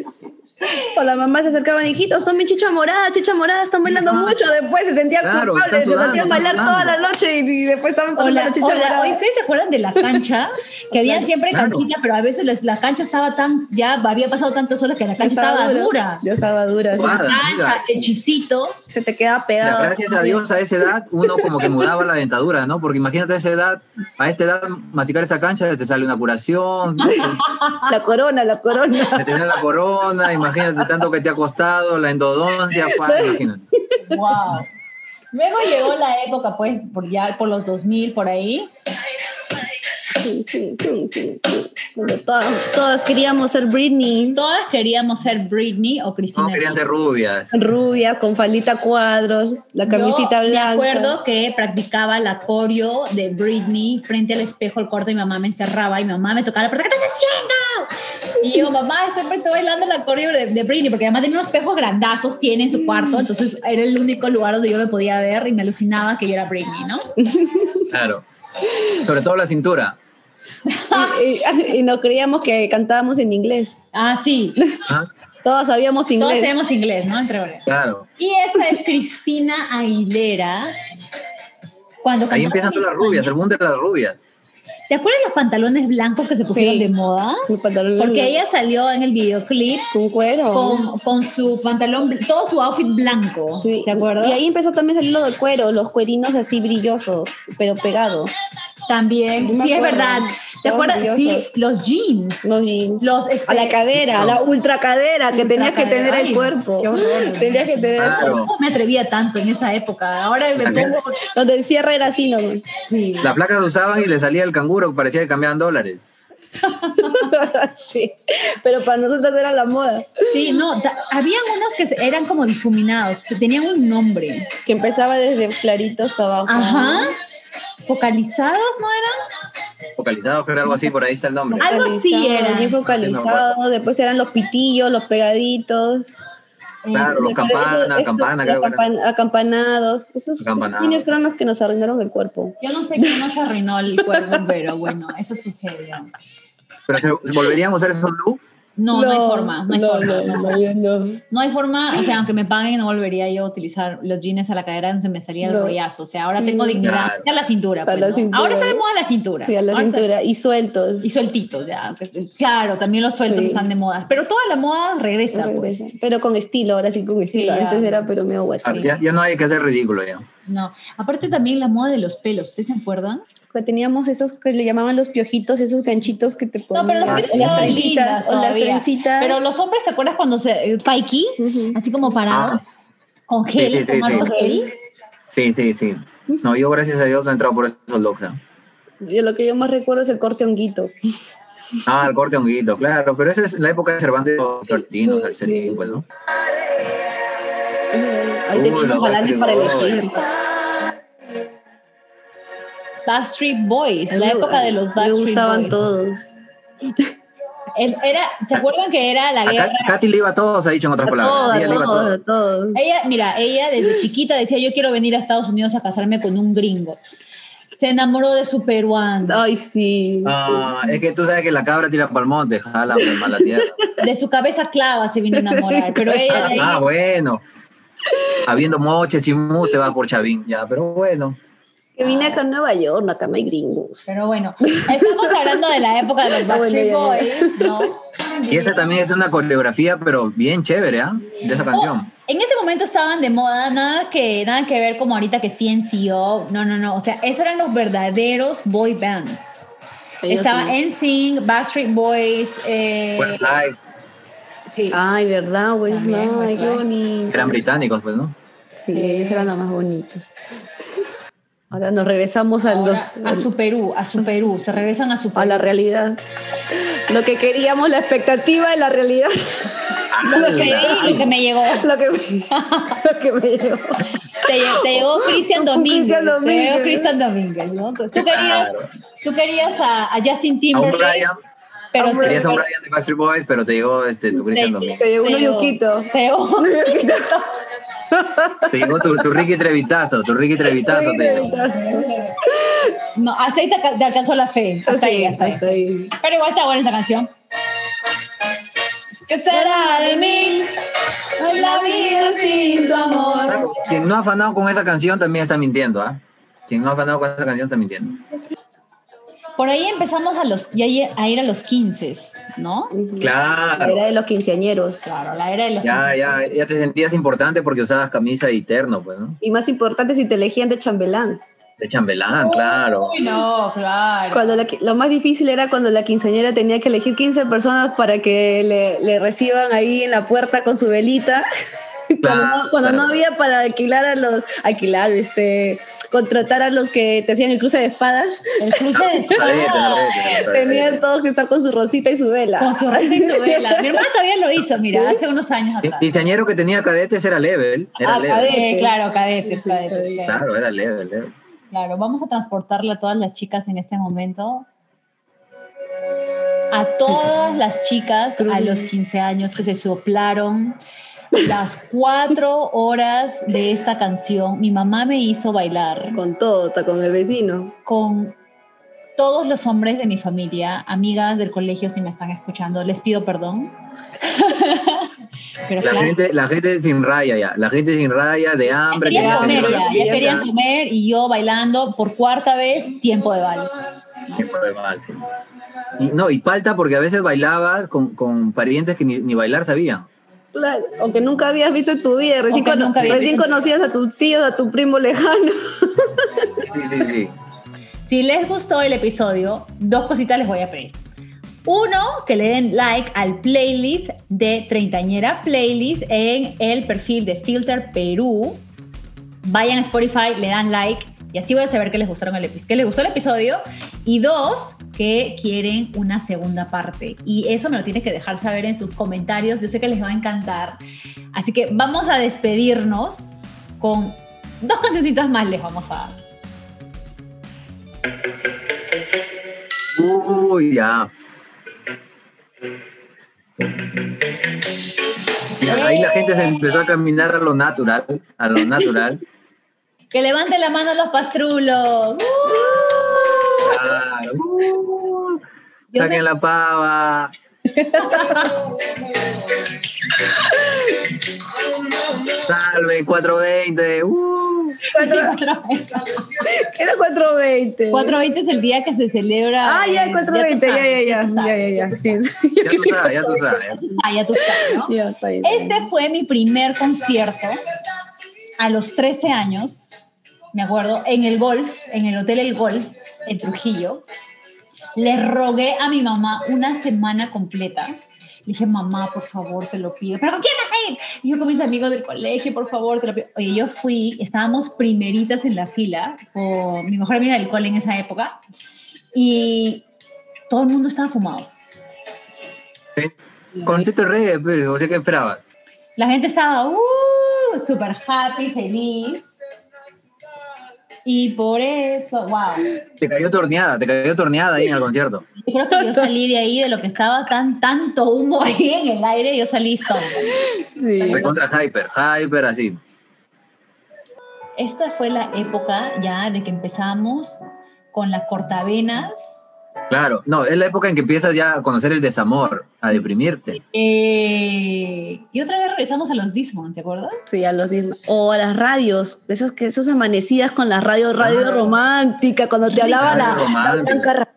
[SPEAKER 2] O Pues la mamá se acercaban, hijitos, tomen chicha morada, chicha morada, están bailando mucho. Después se sentían
[SPEAKER 3] Claro,
[SPEAKER 2] culpables,
[SPEAKER 3] están
[SPEAKER 2] los
[SPEAKER 3] sudando,
[SPEAKER 2] hacían bailar
[SPEAKER 3] están
[SPEAKER 2] toda la
[SPEAKER 3] sudando.
[SPEAKER 2] noche y, y después estaban
[SPEAKER 1] O
[SPEAKER 2] con
[SPEAKER 1] la-
[SPEAKER 2] la chicha
[SPEAKER 1] o la-
[SPEAKER 2] morada.
[SPEAKER 1] oye, ¿Ustedes se acuerdan de la cancha? Que habían siempre
[SPEAKER 3] claro.
[SPEAKER 1] canchita, pero a veces les- la cancha estaba tan, ya había pasado tantas horas que la
[SPEAKER 2] Ya
[SPEAKER 1] cancha estaba, dura.
[SPEAKER 2] Ya estaba dura. sí.
[SPEAKER 3] Guada,
[SPEAKER 1] Cancha,
[SPEAKER 3] mira.
[SPEAKER 1] hechicito.
[SPEAKER 2] Se te quedaba
[SPEAKER 3] Mira,
[SPEAKER 2] pegado.
[SPEAKER 3] gracias a Dios a esa edad uno como que mudaba la dentadura, ¿no? Porque imagínate a esa edad, a esta edad masticar esa cancha te sale una curación,
[SPEAKER 2] La corona, la corona.
[SPEAKER 3] te tener la corona, imagínate tanto que te ha costado, la endodoncia, pa, imagínate.
[SPEAKER 1] Wow. Luego llegó la época, pues, por ya por los 2000, por ahí.
[SPEAKER 2] Sí, sí, sí, sí, sí. Pero Todas, todas queríamos ser Britney.
[SPEAKER 1] Todas queríamos ser Britney o Cristina.
[SPEAKER 3] No querían ser rubias.
[SPEAKER 2] Rubia, con falita cuadros, la camisita
[SPEAKER 1] Yo
[SPEAKER 2] blanca.
[SPEAKER 1] Me acuerdo que practicaba la coreo de Britney frente al espejo, el cuarto, y mi mamá me encerraba y mi mamá me tocaba la puerta, ¿qué estás haciendo? Y yo, mamá, estoy, estoy bailando la coreo de, de Britney, porque además tenía unos espejos grandazos, tiene en su
[SPEAKER 2] Mm.
[SPEAKER 1] cuarto, entonces era el único lugar donde yo me podía ver y me alucinaba que yo era Britney, ¿no?
[SPEAKER 3] Claro. Sobre todo la cintura.
[SPEAKER 2] Y, y- y nos creíamos que cantábamos en inglés.
[SPEAKER 1] Ah, sí,
[SPEAKER 3] ¿ah?
[SPEAKER 2] Todas sabíamos
[SPEAKER 1] todos
[SPEAKER 2] inglés.
[SPEAKER 1] sabemos inglés, ¿no? Entre horas.
[SPEAKER 3] Claro.
[SPEAKER 1] Y esa es Cristina Aguilera. Cuando
[SPEAKER 3] Ahí
[SPEAKER 1] cantaba
[SPEAKER 3] empiezan todas las rubias, el boom de las rubias.
[SPEAKER 1] ¿Te acuerdas los pantalones blancos que se pusieron
[SPEAKER 2] Sí.
[SPEAKER 1] de moda?
[SPEAKER 2] Un pantalón
[SPEAKER 1] Porque
[SPEAKER 2] largo.
[SPEAKER 1] ella salió en el videoclip
[SPEAKER 2] Con cuero.
[SPEAKER 1] con, con su pantalón, bl- todo su outfit blanco.
[SPEAKER 2] Sí.
[SPEAKER 1] ¿Te acuerdas?
[SPEAKER 2] Y ahí empezó también a salir lo de cuero, los cuerinos así brillosos, pero pegados.
[SPEAKER 1] también.
[SPEAKER 2] Yo me
[SPEAKER 1] Sí, es
[SPEAKER 2] acuerdo.
[SPEAKER 1] verdad. ¿Te
[SPEAKER 2] Todos
[SPEAKER 1] acuerdas? Sí,
[SPEAKER 2] brillosos.
[SPEAKER 1] los jeans.
[SPEAKER 2] Los jeans.
[SPEAKER 1] Los, este,
[SPEAKER 2] a la cadera, a la ultra cadera que tenías que
[SPEAKER 1] cadera.
[SPEAKER 2] tener
[SPEAKER 1] Ay,
[SPEAKER 2] el cuerpo.
[SPEAKER 1] qué horror.
[SPEAKER 2] Tenías que tener el
[SPEAKER 3] Claro.
[SPEAKER 2] cuerpo.
[SPEAKER 1] No me atrevía tanto en esa época. Ahora me
[SPEAKER 3] También.
[SPEAKER 1] pongo.
[SPEAKER 2] Donde el cierre era así nomás.
[SPEAKER 1] Sí.
[SPEAKER 3] Las placas usaban y le salía el canguro, parecía que cambiaban dólares.
[SPEAKER 2] sí. Pero para nosotros era la moda.
[SPEAKER 1] Sí, no. ta- Habían unos que se- eran como difuminados, que tenían un nombre.
[SPEAKER 2] Que empezaba desde clarito hasta abajo.
[SPEAKER 1] Ajá. Focalizados, ¿no eran?
[SPEAKER 3] Focalizados, creo algo así, por ahí está el nombre.
[SPEAKER 1] Algo así
[SPEAKER 2] Focalizado,
[SPEAKER 1] era.
[SPEAKER 2] bien focalizado, después eran los pitillos, los pegaditos.
[SPEAKER 3] Claro, los
[SPEAKER 2] Después eso-
[SPEAKER 3] campana,
[SPEAKER 2] eso-
[SPEAKER 3] campana, creo que eran.
[SPEAKER 2] acampan- Acampanados. Esos, esos
[SPEAKER 3] Acampanados.
[SPEAKER 2] niños fueron los que nos arruinaron el cuerpo.
[SPEAKER 1] Yo no sé qué nos arruinó el cuerpo, pero bueno, eso sucedió.
[SPEAKER 3] Pero se, se volverían a usar esos looks.
[SPEAKER 1] No, no, hay forma, no hay
[SPEAKER 2] no,
[SPEAKER 1] forma.
[SPEAKER 2] no, no, yo no.
[SPEAKER 1] No hay forma, o sea, aunque me paguen, no volvería yo a utilizar los jeans a la cadera, no se me salía el
[SPEAKER 2] No.
[SPEAKER 1] rollazo. O sea, ahora tengo dignidad
[SPEAKER 3] Claro.
[SPEAKER 1] a la cintura.
[SPEAKER 2] A
[SPEAKER 1] pues,
[SPEAKER 2] la
[SPEAKER 1] ¿no?
[SPEAKER 2] cintura.
[SPEAKER 1] Ahora está de moda la cintura.
[SPEAKER 2] Sí, a la
[SPEAKER 1] Ahora está-
[SPEAKER 2] cintura. Y sueltos.
[SPEAKER 1] Y sueltitos, ya. pues, Claro, también los sueltos
[SPEAKER 2] Sí.
[SPEAKER 1] están de moda. Pero toda la moda regresa,
[SPEAKER 2] Regresa.
[SPEAKER 1] pues.
[SPEAKER 2] Pero con estilo, ahora sí con estilo.
[SPEAKER 1] ya.
[SPEAKER 2] Antes era pero medio guacho.
[SPEAKER 3] Ya, ya no hay que hacer ridículo ya.
[SPEAKER 1] No. Aparte también la moda de los pelos, ¿ustedes se acuerdan?
[SPEAKER 2] Que Pues Teníamos esos que le llamaban los piojitos, esos ganchitos que te ponían.
[SPEAKER 3] los
[SPEAKER 2] las
[SPEAKER 3] piojitos estaban
[SPEAKER 2] trencitas, o las
[SPEAKER 1] todavía.
[SPEAKER 2] trencitas.
[SPEAKER 1] Pero los hombres, ¿te acuerdas cuando se... eh, Pikey,
[SPEAKER 2] Ujú.
[SPEAKER 1] así como parados, con gel,
[SPEAKER 3] Ah. Sí, sí, sí,
[SPEAKER 1] con algo
[SPEAKER 3] sí.
[SPEAKER 1] gel.
[SPEAKER 3] Sí, sí, sí. No, yo gracias a Dios no he entrado por esos looks. ¿ah?
[SPEAKER 2] Yo lo que yo más recuerdo es el corte honguito.
[SPEAKER 3] Ah, el corte honguito, claro. Pero esa es la época de Cervantes y Florentino, Cercerín, pues, ¿no?
[SPEAKER 2] Ahí
[SPEAKER 3] Uy,
[SPEAKER 2] tenemos
[SPEAKER 3] los
[SPEAKER 2] galanes para
[SPEAKER 3] Backstreet
[SPEAKER 2] elegir.
[SPEAKER 1] Backstreet Boys, la
[SPEAKER 2] Me-
[SPEAKER 1] época de los
[SPEAKER 2] Me
[SPEAKER 1] Backstreet
[SPEAKER 2] gustaban
[SPEAKER 1] Boys.
[SPEAKER 2] todos.
[SPEAKER 1] El- era, ¿Se acuerdan que era la
[SPEAKER 3] A
[SPEAKER 1] guerra?
[SPEAKER 3] Ka- Katy le iba a todos, ha dicho en otras
[SPEAKER 2] A
[SPEAKER 3] palabras.
[SPEAKER 2] todos,
[SPEAKER 3] Ella le iba
[SPEAKER 2] a
[SPEAKER 3] a todos.
[SPEAKER 2] todos, a todos.
[SPEAKER 1] Ella, mira, ella desde chiquita decía, yo quiero venir a Estados Unidos a casarme con un gringo. Se enamoró de su peruano,
[SPEAKER 2] Ay, sí.
[SPEAKER 3] Ah, es que tú sabes que la cabra tira para el monte, jala por mala tierra.
[SPEAKER 1] de su cabeza clava se vino a enamorar, pero ella,
[SPEAKER 3] Ah, ah, bueno. Habiendo moches y mus, te vas por Chavín, ya, pero bueno.
[SPEAKER 2] Que vine acá a Nueva York, acá no hay gringos.
[SPEAKER 1] pero bueno, estamos hablando de la época de los
[SPEAKER 2] Ah, bueno,
[SPEAKER 1] Backstreet
[SPEAKER 2] ya,
[SPEAKER 1] Boys, ¿no?
[SPEAKER 3] Y esa también es una coreografía, pero bien chévere, ¿ah? De esa canción.
[SPEAKER 1] En ese momento estaban de moda, nada que, nada que ver como ahorita que CNCO, no, no, no, o sea, esos eran los verdaderos boy bands.
[SPEAKER 2] Ellos
[SPEAKER 1] Estaba
[SPEAKER 2] sí.
[SPEAKER 1] NSYNC, Backstreet Boys, eh,
[SPEAKER 3] Pues live,
[SPEAKER 1] sí.
[SPEAKER 2] Ay, verdad, güey.
[SPEAKER 1] También,
[SPEAKER 2] No,
[SPEAKER 1] pues,
[SPEAKER 2] ay, qué
[SPEAKER 1] ay.
[SPEAKER 2] bonito.
[SPEAKER 3] eran británicos, pues, ¿no?
[SPEAKER 2] Sí,
[SPEAKER 1] Sí.
[SPEAKER 2] ellos eran los más bonitos. Ahora nos regresamos a
[SPEAKER 1] Ahora,
[SPEAKER 2] los
[SPEAKER 1] a su Perú, a su Perú, se regresan a su Perú.
[SPEAKER 2] a la realidad. Lo que queríamos, la expectativa de la realidad.
[SPEAKER 3] Ah,
[SPEAKER 1] lo que, lo que me llegó.
[SPEAKER 2] Lo que me, lo que me llevó.
[SPEAKER 1] Te, lle- te llegó Cristian
[SPEAKER 2] Con
[SPEAKER 1] Domínguez.
[SPEAKER 2] Cristian
[SPEAKER 1] Te llegó
[SPEAKER 2] Domínguez.
[SPEAKER 1] Cristian Domínguez, ¿no? Tú tú querías,
[SPEAKER 3] Claro.
[SPEAKER 1] tú querías a, a Justin
[SPEAKER 3] A un
[SPEAKER 1] Timberlake.
[SPEAKER 3] Brian,
[SPEAKER 1] pero
[SPEAKER 2] a un
[SPEAKER 1] te-
[SPEAKER 3] querías a un Brian de Backstreet Boys, pero te llegó este, tu Cristian Domínguez.
[SPEAKER 2] Te llegó un
[SPEAKER 1] te-
[SPEAKER 2] yuquito.
[SPEAKER 1] te llegó-
[SPEAKER 3] Te llegó tu, tu Ricky Trevitazo, tu Ricky Trevitazo te llegó.
[SPEAKER 1] No, hasta ahí te, alca- te alcanzó la fe. Hasta ahí,
[SPEAKER 2] Sí,
[SPEAKER 1] hasta ahí.
[SPEAKER 2] hasta ahí.
[SPEAKER 1] Pero igual está buena esa canción. ¿Qué será de mí? La vida sin tu amor.
[SPEAKER 3] Quien no ha afanado con esa canción también está mintiendo, ¿ah? Quien no ha afanado con esa canción está mintiendo.
[SPEAKER 1] Por ahí empezamos a, los, ya ir- a ir a los 15, ¿no?
[SPEAKER 3] Claro.
[SPEAKER 2] Era de los quinceañeros.
[SPEAKER 1] Claro, la era de los
[SPEAKER 3] Ya, ya, ya te sentías importante porque usabas camisa y terno, pues, ¿no?
[SPEAKER 2] Y más importante, si te elegían de chambelán.
[SPEAKER 3] De chambelán, claro.
[SPEAKER 1] Uy, no, claro.
[SPEAKER 2] Cuando la qui- lo más difícil era cuando la quinceañera tenía que elegir 15 personas para que le, le reciban ahí en la puerta con su velita. cuando no, cuando no
[SPEAKER 3] claro.
[SPEAKER 2] había para alquilar a los, alquilar, este, contratar a los que te hacían el cruce de espadas,
[SPEAKER 1] El cruce de
[SPEAKER 3] Sabete,
[SPEAKER 1] espadas.
[SPEAKER 3] sabete, sabete.
[SPEAKER 2] tenían todos que estar con su rosita y su vela.
[SPEAKER 1] Con su reina y su vela. Mi hermana todavía lo hizo, mira, hace unos años
[SPEAKER 3] Di-
[SPEAKER 1] atrás.
[SPEAKER 3] Diseñero que tenía cadetes era level. Era
[SPEAKER 2] Ah,
[SPEAKER 3] level.
[SPEAKER 2] cadete.
[SPEAKER 1] Eh, claro, cadetes, cadetes. claro.
[SPEAKER 3] Claro, era level, level.
[SPEAKER 1] Claro, vamos a transportarle a todas las chicas en este momento. A todas las chicas a los 15 años que se soplaron las cuatro horas de esta canción. Mi mamá me hizo bailar
[SPEAKER 2] Con todo, hasta con el vecino.
[SPEAKER 1] con todos los hombres de mi familia, amigas del colegio, si me están escuchando, les pido perdón. Pero
[SPEAKER 3] La
[SPEAKER 1] claro,
[SPEAKER 3] gente, la gente sin raya ya, la gente sin raya, de hambre.
[SPEAKER 1] querían
[SPEAKER 3] que
[SPEAKER 1] comer
[SPEAKER 3] no
[SPEAKER 1] ya,
[SPEAKER 3] tenía
[SPEAKER 1] ya querían
[SPEAKER 3] comida,
[SPEAKER 1] comer y yo bailando por cuarta vez tiempo de vals.
[SPEAKER 3] siempre de mal, sí. Y, no, y falta porque a veces bailabas con, con parientes que ni, ni bailar sabían.
[SPEAKER 2] Claro, o que nunca habías visto en tu vida, recién,
[SPEAKER 1] que
[SPEAKER 2] cono-
[SPEAKER 1] nunca habías
[SPEAKER 2] recién
[SPEAKER 1] visto.
[SPEAKER 2] conocías a tus tíos, a tu primo lejano.
[SPEAKER 3] Sí, sí, sí.
[SPEAKER 1] Si les gustó el episodio, dos cositas les voy a pedir. Uno, que le den like al playlist de Treintañera Playlist en el perfil de Filter Perú. Vayan a Spotify, le dan like y así voy a saber que les gustaron el episodio, que les gustó el episodio. Y dos, que quieren una segunda parte. Y eso me lo tienes que dejar saber en sus comentarios. Yo sé que les va a encantar. Así que vamos a despedirnos con dos cancioncitas más les vamos a dar.
[SPEAKER 3] Uy, ya. Mira, ahí la gente se empezó a caminar a lo natural, a lo natural.
[SPEAKER 1] Que levanten la mano los pastrulos. Uh,
[SPEAKER 3] Claro. Uh, Saquen la pava. Salve 420. Uh.
[SPEAKER 2] Era 420.
[SPEAKER 1] 420 es el día que se celebra.
[SPEAKER 2] Ah, ya,
[SPEAKER 1] eh,
[SPEAKER 2] 420,
[SPEAKER 1] tú
[SPEAKER 2] ya,
[SPEAKER 1] sabes,
[SPEAKER 2] ya,
[SPEAKER 1] tú
[SPEAKER 2] ya,
[SPEAKER 1] sabes,
[SPEAKER 2] ya, ya, ya,
[SPEAKER 1] tú
[SPEAKER 2] sí.
[SPEAKER 1] sabes.
[SPEAKER 3] Ya tú sabes, ya tú sabes.
[SPEAKER 1] Tú sabes, ya tú sabes, ¿no?
[SPEAKER 2] Ya, está bien, está bien.
[SPEAKER 1] Este fue mi primer concierto a los 13 años, me acuerdo, en el golf, en el Hotel El Golf, en Trujillo. Le rogué a mi mamá una semana completa. Le dije, mamá, por favor, te lo pido. ¿Pero con quién vas a ir? Y yo con mis amigos del colegio, por favor, te lo pido. Oye, yo fui, estábamos primeritas en la fila, por mi mejor amiga del cole en esa época, y todo el mundo estaba fumado.
[SPEAKER 3] Sí. Concierto de reggae, pues, o sea, ¿qué esperabas?
[SPEAKER 1] La gente estaba, "Uh", uh, súper happy, feliz. Y por eso, wow.
[SPEAKER 3] Te cayó torneada, te cayó torneada ahí en el concierto.
[SPEAKER 1] Yo creo que yo salí de ahí, de lo que estaba tan, tanto humo ahí en el aire, yo salí stoned.
[SPEAKER 2] Sí.
[SPEAKER 3] Recontra Hyper, Hyper así.
[SPEAKER 1] Esta fue la época ya de que empezamos con las cortavenas.
[SPEAKER 3] Claro, no, es la época en que empiezas ya a conocer el desamor, a deprimirte.
[SPEAKER 1] Eh, y otra vez regresamos a los Dismon, ¿te acuerdas?
[SPEAKER 2] Sí, a los Disney. O a las radios, esas, que, esas amanecidas con la radio, radio
[SPEAKER 3] Ah.
[SPEAKER 2] romántica, cuando te hablaba
[SPEAKER 3] Radio
[SPEAKER 2] la, la
[SPEAKER 3] romántica.
[SPEAKER 2] blanca Ra-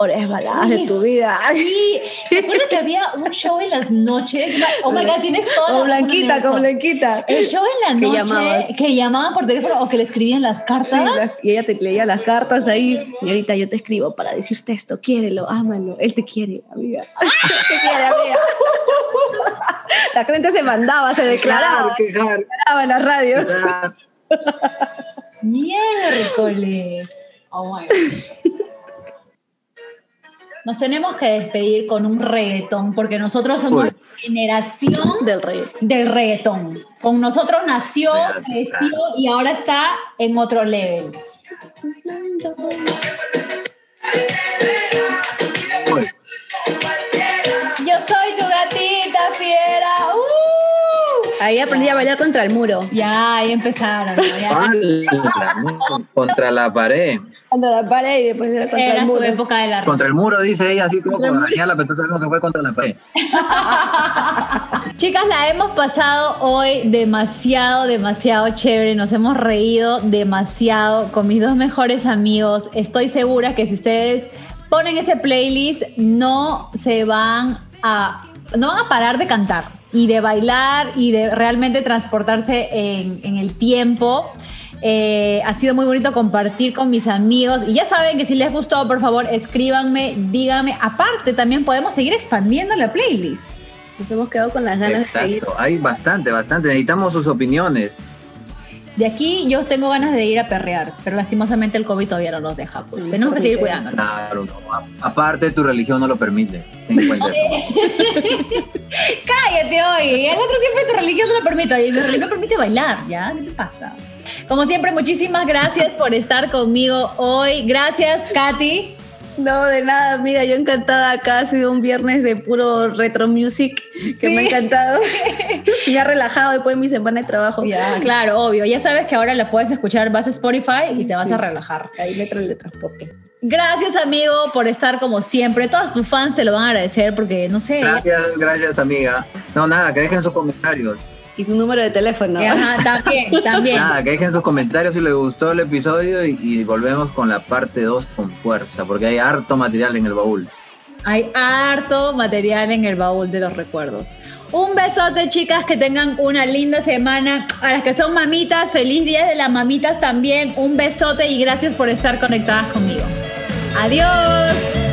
[SPEAKER 2] Ahora es balada de
[SPEAKER 1] Ay,
[SPEAKER 2] tu vida.
[SPEAKER 1] Sí, ¿te acuerdas que había un show en las noches? Oh my God, tienes todo.
[SPEAKER 2] Con Blanquita, con Blanquita.
[SPEAKER 1] El show en
[SPEAKER 2] Que
[SPEAKER 1] la noche
[SPEAKER 2] llamabas.
[SPEAKER 1] que llamaban por teléfono o que le escribían las cartas.
[SPEAKER 2] Sí, las- y ella te leía las cartas ahí. Y ahorita yo te escribo para decirte esto. Quiérelo, ámalo. Él te quiere, amiga. te quiere, amiga. la gente se mandaba, se declaraba,
[SPEAKER 3] Quejar,
[SPEAKER 2] declaraba en las radios.
[SPEAKER 3] quejar.
[SPEAKER 1] Miércoles. Oh my God. Nos tenemos que despedir con un reggaetón porque nosotros somos
[SPEAKER 3] Uy.
[SPEAKER 1] la generación
[SPEAKER 2] Del rey.
[SPEAKER 1] del reggaetón. Con nosotros nació,
[SPEAKER 3] Gracias.
[SPEAKER 1] creció y ahora está en otro level.
[SPEAKER 3] Uy,
[SPEAKER 1] Yo soy tu gatita fiera. ¡Uh!
[SPEAKER 2] Ahí aprendí a bailar contra el muro.
[SPEAKER 1] Ya, ahí empezaron. ¿no? Ya.
[SPEAKER 3] ala, contra la pared.
[SPEAKER 2] Contra la pared y después era contra
[SPEAKER 1] Era
[SPEAKER 2] el
[SPEAKER 1] su
[SPEAKER 2] muro.
[SPEAKER 1] época de la
[SPEAKER 3] Contra el muro, dice ella, así como con Daniela, pero todos sabemos que fue contra la pared.
[SPEAKER 1] Chicas, la hemos pasado hoy demasiado, demasiado chévere. Nos hemos reído demasiado con mis dos mejores amigos. Estoy segura que si ustedes ponen ese playlist, no se van a, no van a parar de cantar y de bailar y de realmente transportarse en, en el tiempo. Eh, ha sido muy bonito compartir con mis amigos y ya saben que si les gustó, por favor, escríbanme, díganme. Aparte, también podemos seguir expandiendo la playlist.
[SPEAKER 2] Nos hemos quedado con las ganas de seguir.
[SPEAKER 3] Exacto, hay bastante, bastante. Necesitamos sus opiniones.
[SPEAKER 1] De aquí yo tengo ganas de ir a perrear, pero lastimosamente el COVID todavía no nos deja. Pues.
[SPEAKER 2] Sí,
[SPEAKER 1] Tenemos que seguir
[SPEAKER 2] porque-
[SPEAKER 1] cuidándonos.
[SPEAKER 3] Claro, no. A- Aparte, tu religión no lo permite. Ten en cuenta eso.
[SPEAKER 1] Cállate hoy. El otro siempre tu religión no lo permite. Y mi religión me permite bailar, ¿ya? ¿Qué te pasa? Como siempre, muchísimas gracias por estar conmigo hoy. Gracias, Katy.
[SPEAKER 2] No, de nada, mira, yo encantada acá, ha sido un viernes de puro retro music que me ha encantado. me ha relajado después de mi semana de trabajo.
[SPEAKER 1] Claro, obvio. Ya sabes que ahora la puedes escuchar, vas a Spotify y te vas
[SPEAKER 2] Sí.
[SPEAKER 1] a relajar.
[SPEAKER 2] Ahí me trae el transporte.
[SPEAKER 1] Gracias, amigo, por estar como siempre. Todos tus fans te lo van a agradecer porque, no sé,
[SPEAKER 3] Gracias, gracias, amiga. No, nada, que dejen sus comentarios.
[SPEAKER 2] Y tu número de teléfono.
[SPEAKER 1] Ajá, también, también.
[SPEAKER 3] Nada, que dejen sus comentarios si les gustó el episodio y, y volvemos con la parte 2 con fuerza, porque hay harto material en el baúl.
[SPEAKER 1] Hay harto material en el baúl de los recuerdos. Un besote, chicas, que tengan una linda semana. A las que son mamitas, feliz día de las mamitas también. Un besote y gracias por estar conectadas conmigo. Adiós.